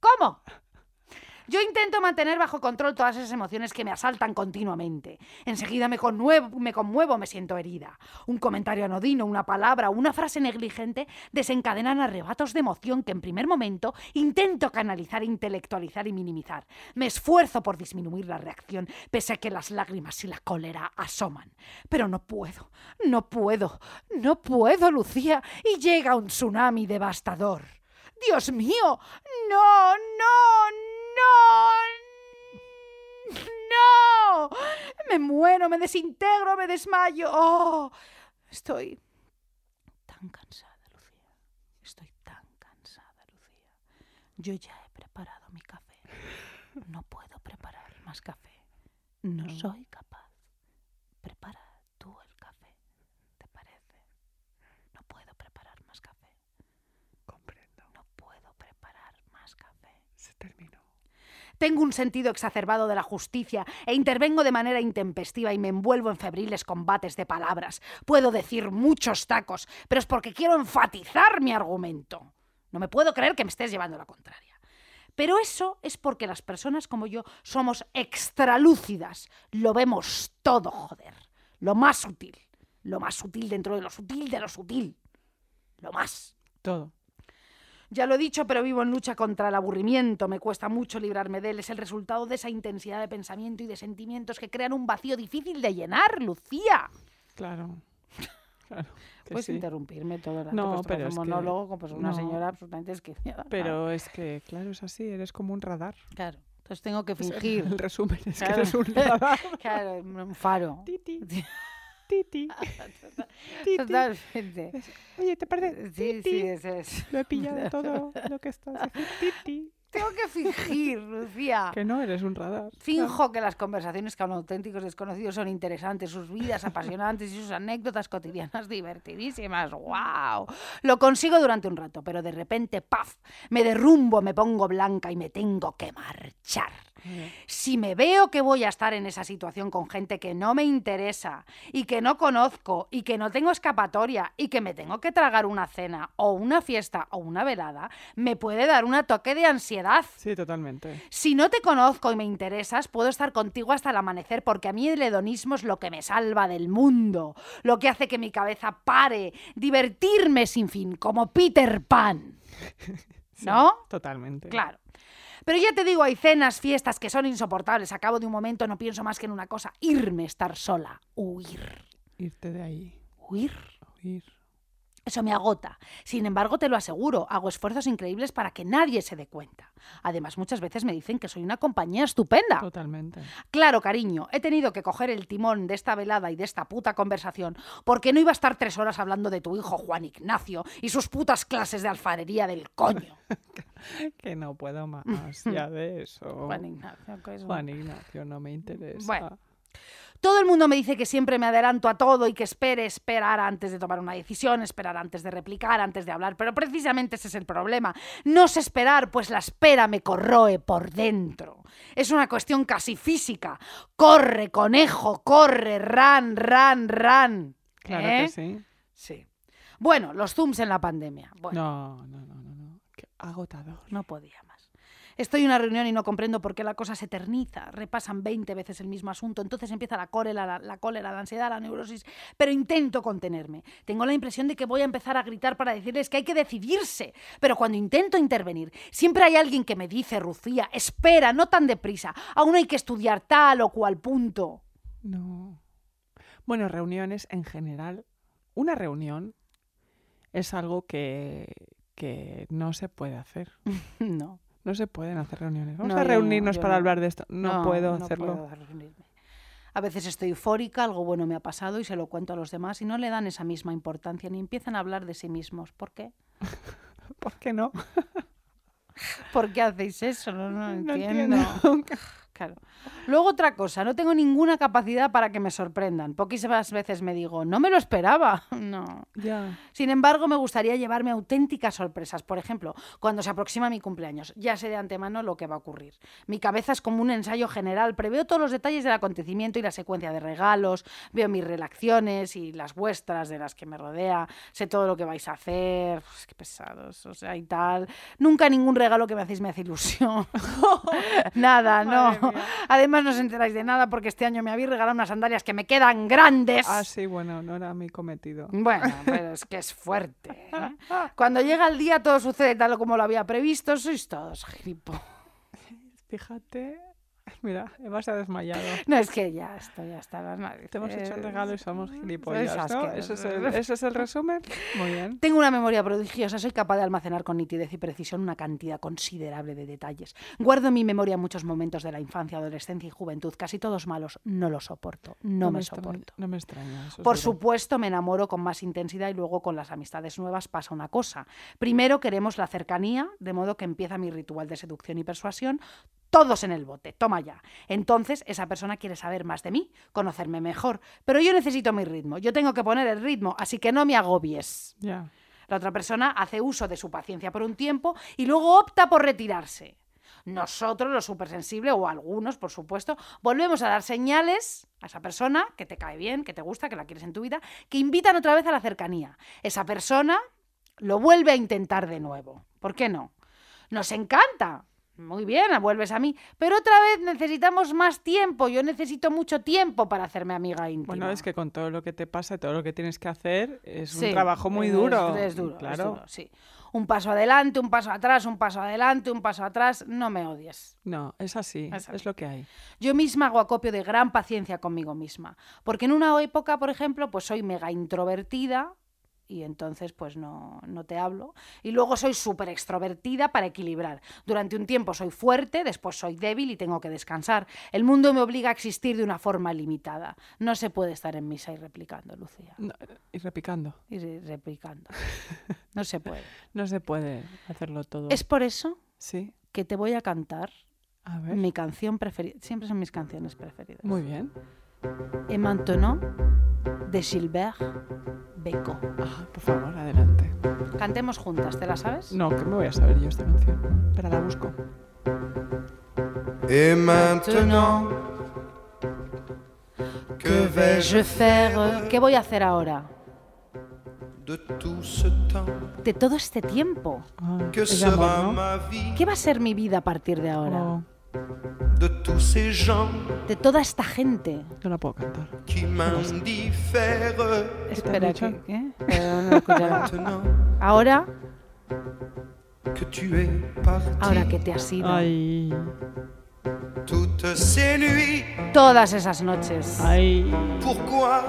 S4: ¿Cómo? Yo intento mantener bajo control todas esas emociones que me asaltan continuamente. Enseguida me, conmuevo, me conmuevo, me siento herida. Un comentario anodino, una palabra, una frase negligente desencadenan arrebatos de emoción que en primer momento intento canalizar, intelectualizar y minimizar. Me esfuerzo por disminuir la reacción, pese a que las lágrimas y la cólera asoman. Pero no puedo, no puedo, no puedo, Lucía, y llega un tsunami devastador. Dios mío, no, no, no, no. Me muero, me desintegro, me desmayo. Oh, estoy tan cansada, Lucía. Estoy tan cansada, Lucía. Yo ya he preparado mi café. No puedo preparar más café. No soy capaz. Prepara tú el café. ¿Te parece? No puedo preparar más café.
S3: Comprendo.
S4: No puedo preparar más café.
S3: Se terminó.
S4: Tengo un sentido exacerbado de la justicia e intervengo de manera intempestiva y me envuelvo en febriles combates de palabras. Puedo decir muchos tacos, pero es porque quiero enfatizar mi argumento. No me puedo creer que me estés llevando la contraria. Pero eso es porque las personas como yo somos extralúcidas. Lo vemos todo, joder. Lo más sutil. Lo más sutil dentro de lo sutil de lo sutil. Lo más.
S3: Todo.
S4: Ya lo he dicho, pero vivo en lucha contra el aburrimiento. Me cuesta mucho librarme de él. Es el resultado de esa intensidad de pensamiento y de sentimientos que crean un vacío difícil de llenar, Lucía.
S3: Claro. claro que
S4: Puedes
S3: sí.
S4: interrumpirme todo el rato.
S3: No,
S4: pues, esto
S3: pero
S4: parece
S3: es
S4: un
S3: que-
S4: monólogo con pues, una
S3: no.
S4: señora absolutamente esquiciada.
S3: Pero es que, claro, es así, eres como un radar.
S4: Claro. Entonces tengo que
S3: El
S4: fingir.
S3: resumen es
S4: Claro.
S3: que eres un radar.
S4: claro, un faro.
S3: Titi. Titi.
S4: Ah,
S3: Titi.
S4: Totalmente.
S3: Es- Oye, ¿te parece?
S4: Sí, sí,
S3: Titi.
S4: eso es.
S3: Lo he pillado todo lo que estás diciendo. Titi.
S4: Tengo que fingir, Lucía.
S3: Que no eres un radar.
S4: Ah. Finjo que las conversaciones con auténticos desconocidos son interesantes, sus vidas apasionantes y sus anécdotas cotidianas divertidísimas. ¡Wow! Lo consigo durante un rato, pero de repente, ¡paf! Me derrumbo, me pongo blanca y me tengo que marchar. Si me veo que voy a estar en esa situación con gente que no me interesa y que no conozco y que no tengo escapatoria y que me tengo que tragar una cena o una fiesta o una velada, me puede dar un toque de ansiedad.
S3: Sí, totalmente.
S4: Si no te conozco y me interesas, puedo estar contigo hasta el amanecer porque a mí el hedonismo es lo que me salva del mundo, lo que hace que mi cabeza pare, divertirme sin fin, como Peter Pan.
S3: Sí,
S4: ¿No?
S3: Totalmente.
S4: Claro. Pero ya te digo, hay cenas, fiestas que son insoportables. A cabo de un momento no pienso más que en una cosa, irme, estar sola, huir.
S3: Irte de ahí.
S4: Huir.
S3: Huir.
S4: Eso me agota. Sin embargo, te lo aseguro, hago esfuerzos increíbles para que nadie se dé cuenta. Además, muchas veces me dicen que soy una compañía estupenda.
S3: Totalmente.
S4: Claro, cariño, he tenido que coger el timón de esta velada y de esta puta conversación, porque no iba a estar tres horas hablando de tu hijo Juan Ignacio y sus putas clases de alfarería del coño.
S3: Oh. Que no puedo más ya de eso.
S4: Mm. Juan Ignacio, que es un-
S3: Juan Ignacio, no me interesa.
S4: Bueno. Todo el mundo me dice que siempre me adelanto a todo y que espere, esperar antes de tomar una decisión, esperar antes de replicar, antes de hablar, pero precisamente ese es el problema. No sé esperar, pues la espera me corroe por dentro. Es una cuestión casi física. Corre, conejo, corre, ran, ran, ran.
S3: Claro
S4: ¿Eh?
S3: que sí.
S4: Sí. Bueno, los zooms en la pandemia. Bueno,
S3: No, no, no, no, no. Qué agotador.
S4: no podía más. Estoy en una reunión y no comprendo por qué la cosa se eterniza. Repasan 20 veces el mismo asunto, entonces empieza la cólera, la, la cólera, la ansiedad, la neurosis, pero intento contenerme. Tengo la impresión de que voy a empezar a gritar para decirles que hay que decidirse, pero cuando intento intervenir, siempre hay alguien que me dice, Rucía, espera, no tan deprisa, aún hay que estudiar tal o cual punto.
S3: No. Bueno, reuniones en general. Una reunión es algo que, que no se puede hacer.
S4: No.
S3: No se pueden hacer reuniones. Vamos
S4: No,
S3: a
S4: yo no,
S3: reunirnos
S4: yo
S3: para
S4: no.
S3: hablar de esto. No, puedo hacerlo.
S4: puedo reunirme. A veces estoy eufórica, algo bueno me ha pasado y se lo cuento a los demás y no le dan esa misma importancia ni empiezan a hablar de sí mismos. ¿Por qué?
S3: ¿Por qué no?
S4: ¿Por qué hacéis eso? No, no
S3: No
S4: entiendo. Claro. Luego otra cosa, no tengo ninguna capacidad para que me sorprendan. Poquísimas veces me digo, no me lo esperaba. No.
S3: Ya.
S4: Sin embargo, me gustaría llevarme auténticas sorpresas. Por ejemplo, cuando se aproxima mi cumpleaños, ya sé de antemano lo que va a ocurrir. Mi cabeza es como un ensayo general, preveo todos los detalles del acontecimiento y la secuencia de regalos, veo mis relaciones y las vuestras de las que me rodea, sé todo lo que vais a hacer. Uf, qué pesados, o sea, y tal. Nunca ningún regalo que me hacéis me hace ilusión.
S3: Ah,
S4: nada, no.
S3: Madre mía.
S4: Además, no os enteráis de nada porque este año me habéis regalado unas sandalias que me quedan grandes.
S3: Ah, sí, bueno, no era mi cometido.
S4: Bueno, pero es que es fuerte. ¿eh? Cuando llega el día todo sucede tal como lo había previsto, sois todos gripo.
S3: Fíjate. Mira, Eva se ha desmayado.
S4: No es que ya estoy hasta las narices.
S3: Te hemos hecho el regalo y somos gilipollas,
S4: Sois
S3: ¿no?
S4: asquerosos.
S3: ¿Ese es el, ese es el resumen? Muy bien.
S4: Tengo una memoria prodigiosa, soy capaz de almacenar con nitidez y precisión una cantidad considerable de detalles. Guardo en mi memoria muchos momentos de la infancia, adolescencia y juventud, casi todos malos. No lo soporto, no, me
S3: extraña-
S4: soporto.
S3: No me extraña. eso es
S4: Por
S3: verdad.
S4: supuesto, me enamoro con más intensidad y luego con las amistades nuevas pasa una cosa. Primero queremos la cercanía, de modo que empieza mi ritual de seducción y persuasión. Todos en el bote, toma ya. Entonces, esa persona quiere saber más de mí, conocerme mejor. Pero yo necesito mi ritmo, yo tengo que poner el ritmo, así que no me agobies.
S3: Ya.
S4: La otra persona hace uso de su paciencia por un tiempo y luego opta por retirarse. Nosotros, los supersensibles, o algunos, por supuesto, volvemos a dar señales a esa persona que te cae bien, que te gusta, que la quieres en tu vida, que invitan otra vez a la cercanía. Esa persona lo vuelve a intentar de nuevo. ¿Por qué no? Nos encanta. Muy bien, vuelves a mí. Pero otra vez necesitamos más tiempo. Yo necesito mucho tiempo para hacerme amiga íntima.
S3: Bueno, es que con todo lo que te pasa, y todo lo que tienes que hacer, es un
S4: Sí,
S3: trabajo muy
S4: es-
S3: duro.
S4: Es, duro, es
S3: Claro.
S4: duro, sí. Un paso adelante, un paso atrás, un paso adelante, un paso atrás. No me odies.
S3: No, es así,
S4: Es así.
S3: es lo que hay.
S4: Yo misma hago acopio de gran paciencia conmigo misma. Porque en una época, por ejemplo, pues soy mega introvertida y entonces pues no, no te hablo. Y luego soy súper extrovertida para equilibrar. Durante un tiempo soy fuerte, después soy débil y tengo que descansar. El mundo me obliga a existir de una forma limitada. No se puede estar en misa y replicando, Lucía.
S3: No, y repicando.
S4: Y re- replicando. No se puede.
S3: No se puede hacerlo todo.
S4: Es por eso
S3: Sí,
S4: que te voy a cantar
S3: a ver.
S4: mi canción preferida. Siempre son mis canciones preferidas.
S3: Muy bien.
S4: Et maintenant, de Gilbert Beco.
S3: Ah, por favor, adelante.
S4: Cantemos juntas, ¿te la sabes?
S3: No, que me voy a saber yo esta canción. Pero la busco.
S6: Et maintenant, que vais-je
S4: Je faire. ¿Qué voy a hacer ahora?
S6: de tout ce temps
S4: De todo este tiempo.
S6: Que
S3: Ah, es de amor,
S6: sera
S3: ¿no?
S6: ma vie
S4: ¿Qué va a ser mi vida a partir de ahora?
S3: Oh,
S6: de tous ces gens
S4: De toda esta gente.
S3: no la puedo cantar.
S6: qui m'indiffèrent
S4: Espera,
S3: dicho?
S4: que- ¿qué? Pero no lo escuchaba.
S6: maintenant
S4: ahora,
S6: que tu es parti
S4: ahora que te has ido.
S3: Ay,
S6: toutes ces nuits
S4: Todas esas noches.
S3: ay.
S6: Pourquoi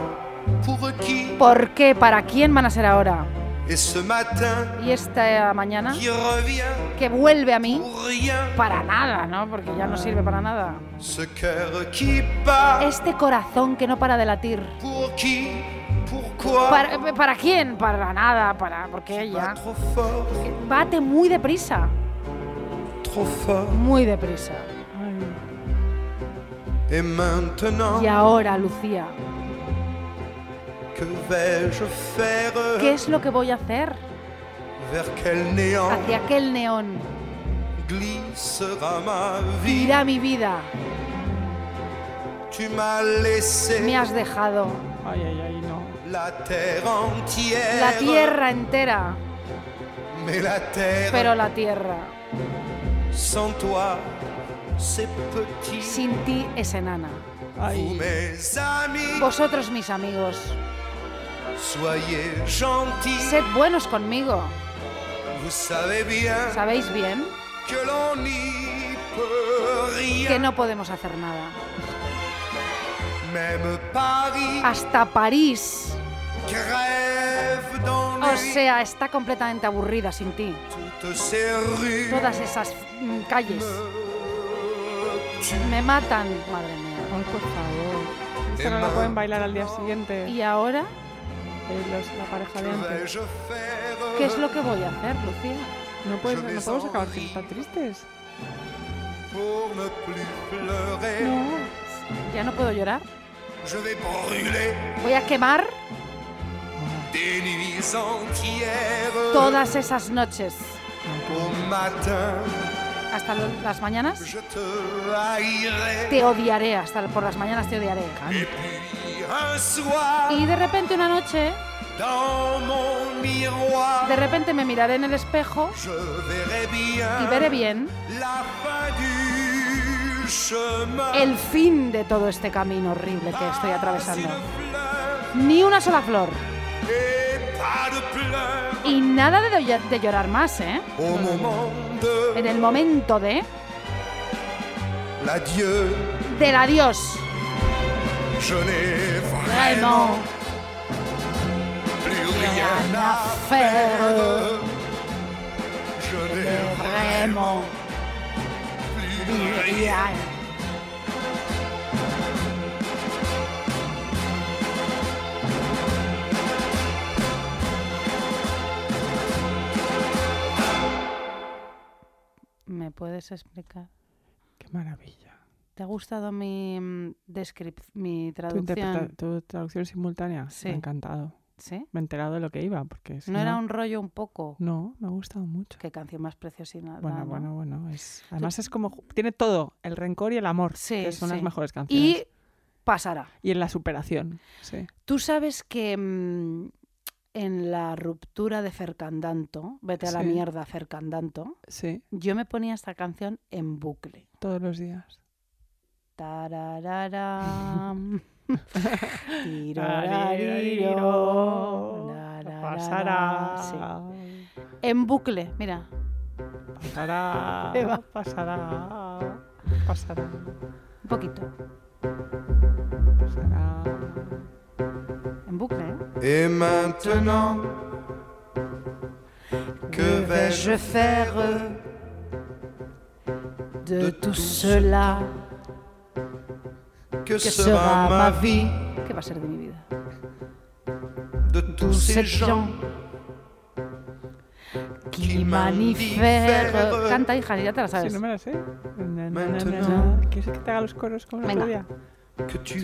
S6: Pour qui
S4: ¿Por qué? ¿Para quién van a ser ahora?
S6: Et ce matin
S4: Y esta mañana,
S6: qui revient
S4: que vuelve a mí,
S6: pour rien,
S4: para nada, ¿no? Porque ya no sirve para nada.
S6: ce cœur qui bat,
S4: Este corazón que no para de latir.
S6: pour qui, pourquoi,
S4: ¿Para, eh, para quién? Para nada, para... Porque
S6: Qui bat
S4: ella
S6: trop fort,
S4: bate muy deprisa.
S6: trop fort.
S4: Muy deprisa.
S6: Et maintenant,
S4: Y ahora, Lucía,
S6: que vais-je faire
S4: ¿qué es lo que voy a hacer?
S6: Vers quel néant
S4: Hacia aquel neón
S6: glissera ma vie
S4: irá mi vida.
S6: Tu m'as laissé
S4: Me has dejado
S3: Ay, ay, ay, no.
S6: la terre entière.
S4: la tierra entera,
S6: Mais la terre
S4: pero la tierra
S6: sans toi, c'est petit.
S4: sin ti es enana.
S6: Vous,
S3: Ay,
S6: mes amis,
S4: Vosotros, mis amigos,
S6: soyez gentils.
S4: sed buenos conmigo.
S6: Vous savez bien
S4: Sabéis bien
S6: que l'on n'y peut
S4: que
S6: rien.
S4: no podemos hacer nada.
S6: Même Paris
S4: Hasta París,
S6: crève dans
S4: o
S6: l'ennui.
S4: sea, está completamente aburrida sin ti.
S6: Toutes ces rues
S4: Todas esas mm, calles
S6: me tuent.
S4: me matan, madre mía.
S3: ay, por favor. Esa no la pueden bailar al día siguiente.
S4: ¿Y ahora
S3: eh, los- la pareja de
S6: Que
S3: antes.
S6: vais-je faire
S4: qué es lo que voy a hacer, Lucía?
S3: No, puedes,
S6: Je
S3: no
S6: vais
S3: podemos acabar
S6: en rire.
S3: tan tristes.
S6: pour ne plus pleurer
S3: No.
S4: ¿Ya no puedo llorar?
S6: Je vais brûler
S4: ¿Voy a quemar
S6: des nuits entières.
S4: todas esas noches
S6: Au matin,
S4: hasta lo- las mañanas?
S6: je te haïrai.
S4: Te odiaré, hasta por las mañanas te odiaré.
S6: Et puis un soir,
S4: Y de repente una noche,
S6: dans mon miroir,
S4: de repente me miraré en el espejo
S6: je verrai bien
S4: y veré bien
S6: la fin du chemin.
S4: el fin de todo este camino horrible que estoy atravesando.
S6: Pas une fleur
S4: Ni una sola flor.
S6: et pas de pleurs.
S4: Y nada de, doy- de llorar más, ¿eh?
S6: Au moment de
S4: En el momento de...
S6: l'adieu,
S4: Del adiós.
S6: je n'ai
S4: Vraiment.
S6: vraiment plus rien à faire. Je n'ai vraiment plus rien.
S4: ¿Me puedes explicar?
S3: Qué maravilla.
S4: ¿Te ha gustado mi, mm, descrip- mi
S3: Tu, interpreta-
S4: traducción?
S3: tu traducción simultánea.
S4: Sí.
S3: Me ha encantado.
S4: ¿Sí?
S3: Me he enterado de lo que iba, porque si
S4: ¿No era un rollo un poco?
S3: No, me ha gustado mucho.
S4: Qué canción más preciosa.
S3: Bueno, bueno, bueno. es- Además es como... ju- Tiene todo. El rencor y el amor.
S4: Sí,
S3: que son las
S4: sí.
S3: mejores canciones.
S4: Y pasará.
S3: Y, en la superación. Sí.
S4: Tú sabes que mm, en la ruptura de Fercandanto, vete a la
S3: Sí.
S4: mierda Fercandanto,
S3: Sí.
S4: yo me ponía esta canción en bucle.
S3: Todos los días.
S4: Tarararam. Tirorariro, lararara. Sí.
S3: Pasará.
S4: En bucle, mira.
S3: Pasará.
S4: Ahí va.
S3: Pasará. Pasará.
S4: Un poquito.
S3: Pasará.
S4: En bucle, ¿eh?
S6: Et maintenant, que vais-je faire
S4: De
S6: tout
S4: tout cela,
S6: Que
S4: que sera ma
S6: sera ma
S4: vie
S6: vie
S4: ¿Qué va a ser de mi vida?
S6: de tous ces gens
S4: qui
S6: m'anifèrent.
S4: manifèrent. Canta, hija, ya te la
S3: Si
S4: sabes.
S3: no me la sé. Na, na, na, na,
S6: Maintenant.
S3: na. ¿Quieres que te haga los coros como la
S4: Venga.
S3: otro día?
S6: que tu es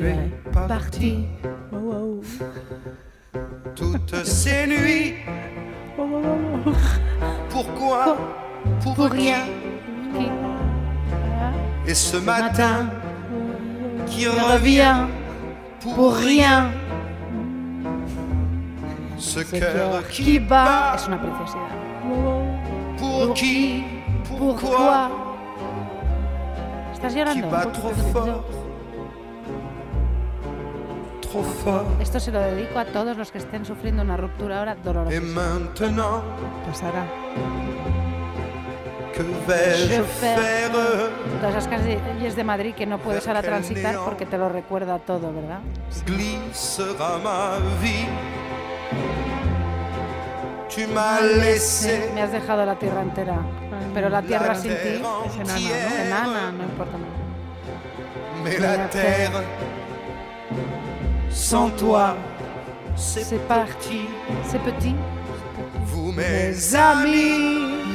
S6: parti
S3: Wow, wow.
S6: toutes ces nuits Oh.
S3: Wow, wow, wow, wow.
S6: Pourquoi Oh. Pour, rien. Et ce matin, qui revient pour, rien. Ce cœur qui bat
S4: Es una preciosidad.
S6: pour qui Pourquoi
S4: Pourquoi ¿Estás
S6: Qui
S4: llorando? pues,
S6: bat
S4: Un
S6: trop
S4: poquito,
S6: fort
S4: poquito.
S6: Trop fort.
S4: Esto se lo dedico a todos los que estén sufriendo una ruptura ahora
S6: Et
S4: dolorosa.
S6: maintenant,
S3: Pasará.
S6: que vais-je
S4: Je
S6: faire
S4: Todas las calles de Madrid que no puedes ahora transitar porque te lo recuerda todo, ¿verdad?
S6: Glissera ma vie. Tu tu m'as laissé.
S4: Eh, Me has dejado la tierra entera. Pero la tierra sin ti
S3: es enana, ¿no?
S4: enana, no importa nada.
S6: Mais la terre, sans toi, c'est
S4: C'est parti, c'est petit.
S6: vous mes
S4: Mes
S6: amis.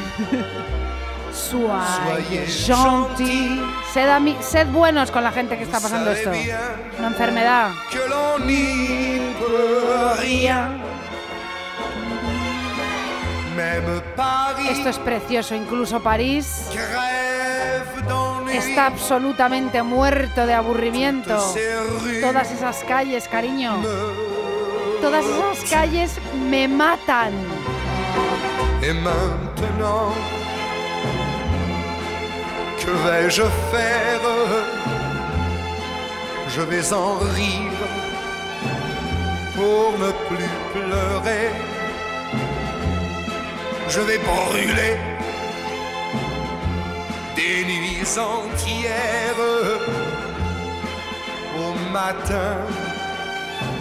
S4: Soyez
S6: Soyez
S4: gentils. Sed, ami- sed buenos con la gente que está
S6: Vous
S4: pasando
S6: savez
S4: esto.
S6: bien
S4: Una enfermedad.
S6: que l'on n'y peut rien. Même Paris
S4: Esto es precioso. Incluso París
S6: crève d'ennui.
S4: está absolutamente muerto de aburrimiento.
S6: Toutes ces rues
S4: Todas esas calles, cariño.
S6: me
S4: Todas esas calles me matan.
S6: Et maintenant, que vais-je faire Je vais en rire pour ne plus pleurer. Je vais brûler des nuits entières. Au matin,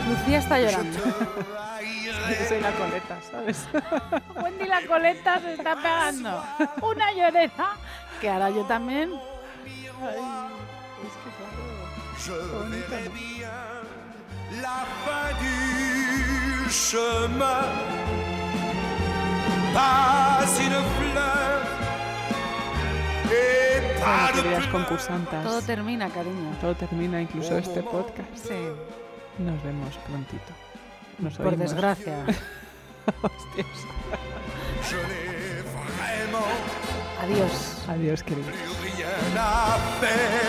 S4: Lucía está
S6: je
S4: llorando.
S6: te
S3: Yo
S6: haïrai.
S3: soy la coleta, ¿sabes?
S4: Wendy la coleta se está pegando. Una lloreza. Que ahora yo también.
S6: Je verrai bien la fin du chemin. Pas une fleur et
S3: Bueno,
S6: pas
S3: queridas
S6: de pleurs.
S4: Todo
S3: concursantes,
S4: termina, cariño.
S3: todo termina, incluso este podcast.
S4: Sí.
S3: Nos vemos prontito. Nos
S4: Por
S3: oímos.
S4: desgracia.
S3: Hostias.
S6: Je n'ai vraiment
S4: Adiós.
S3: Adiós, queridos.
S6: plus rien à faire.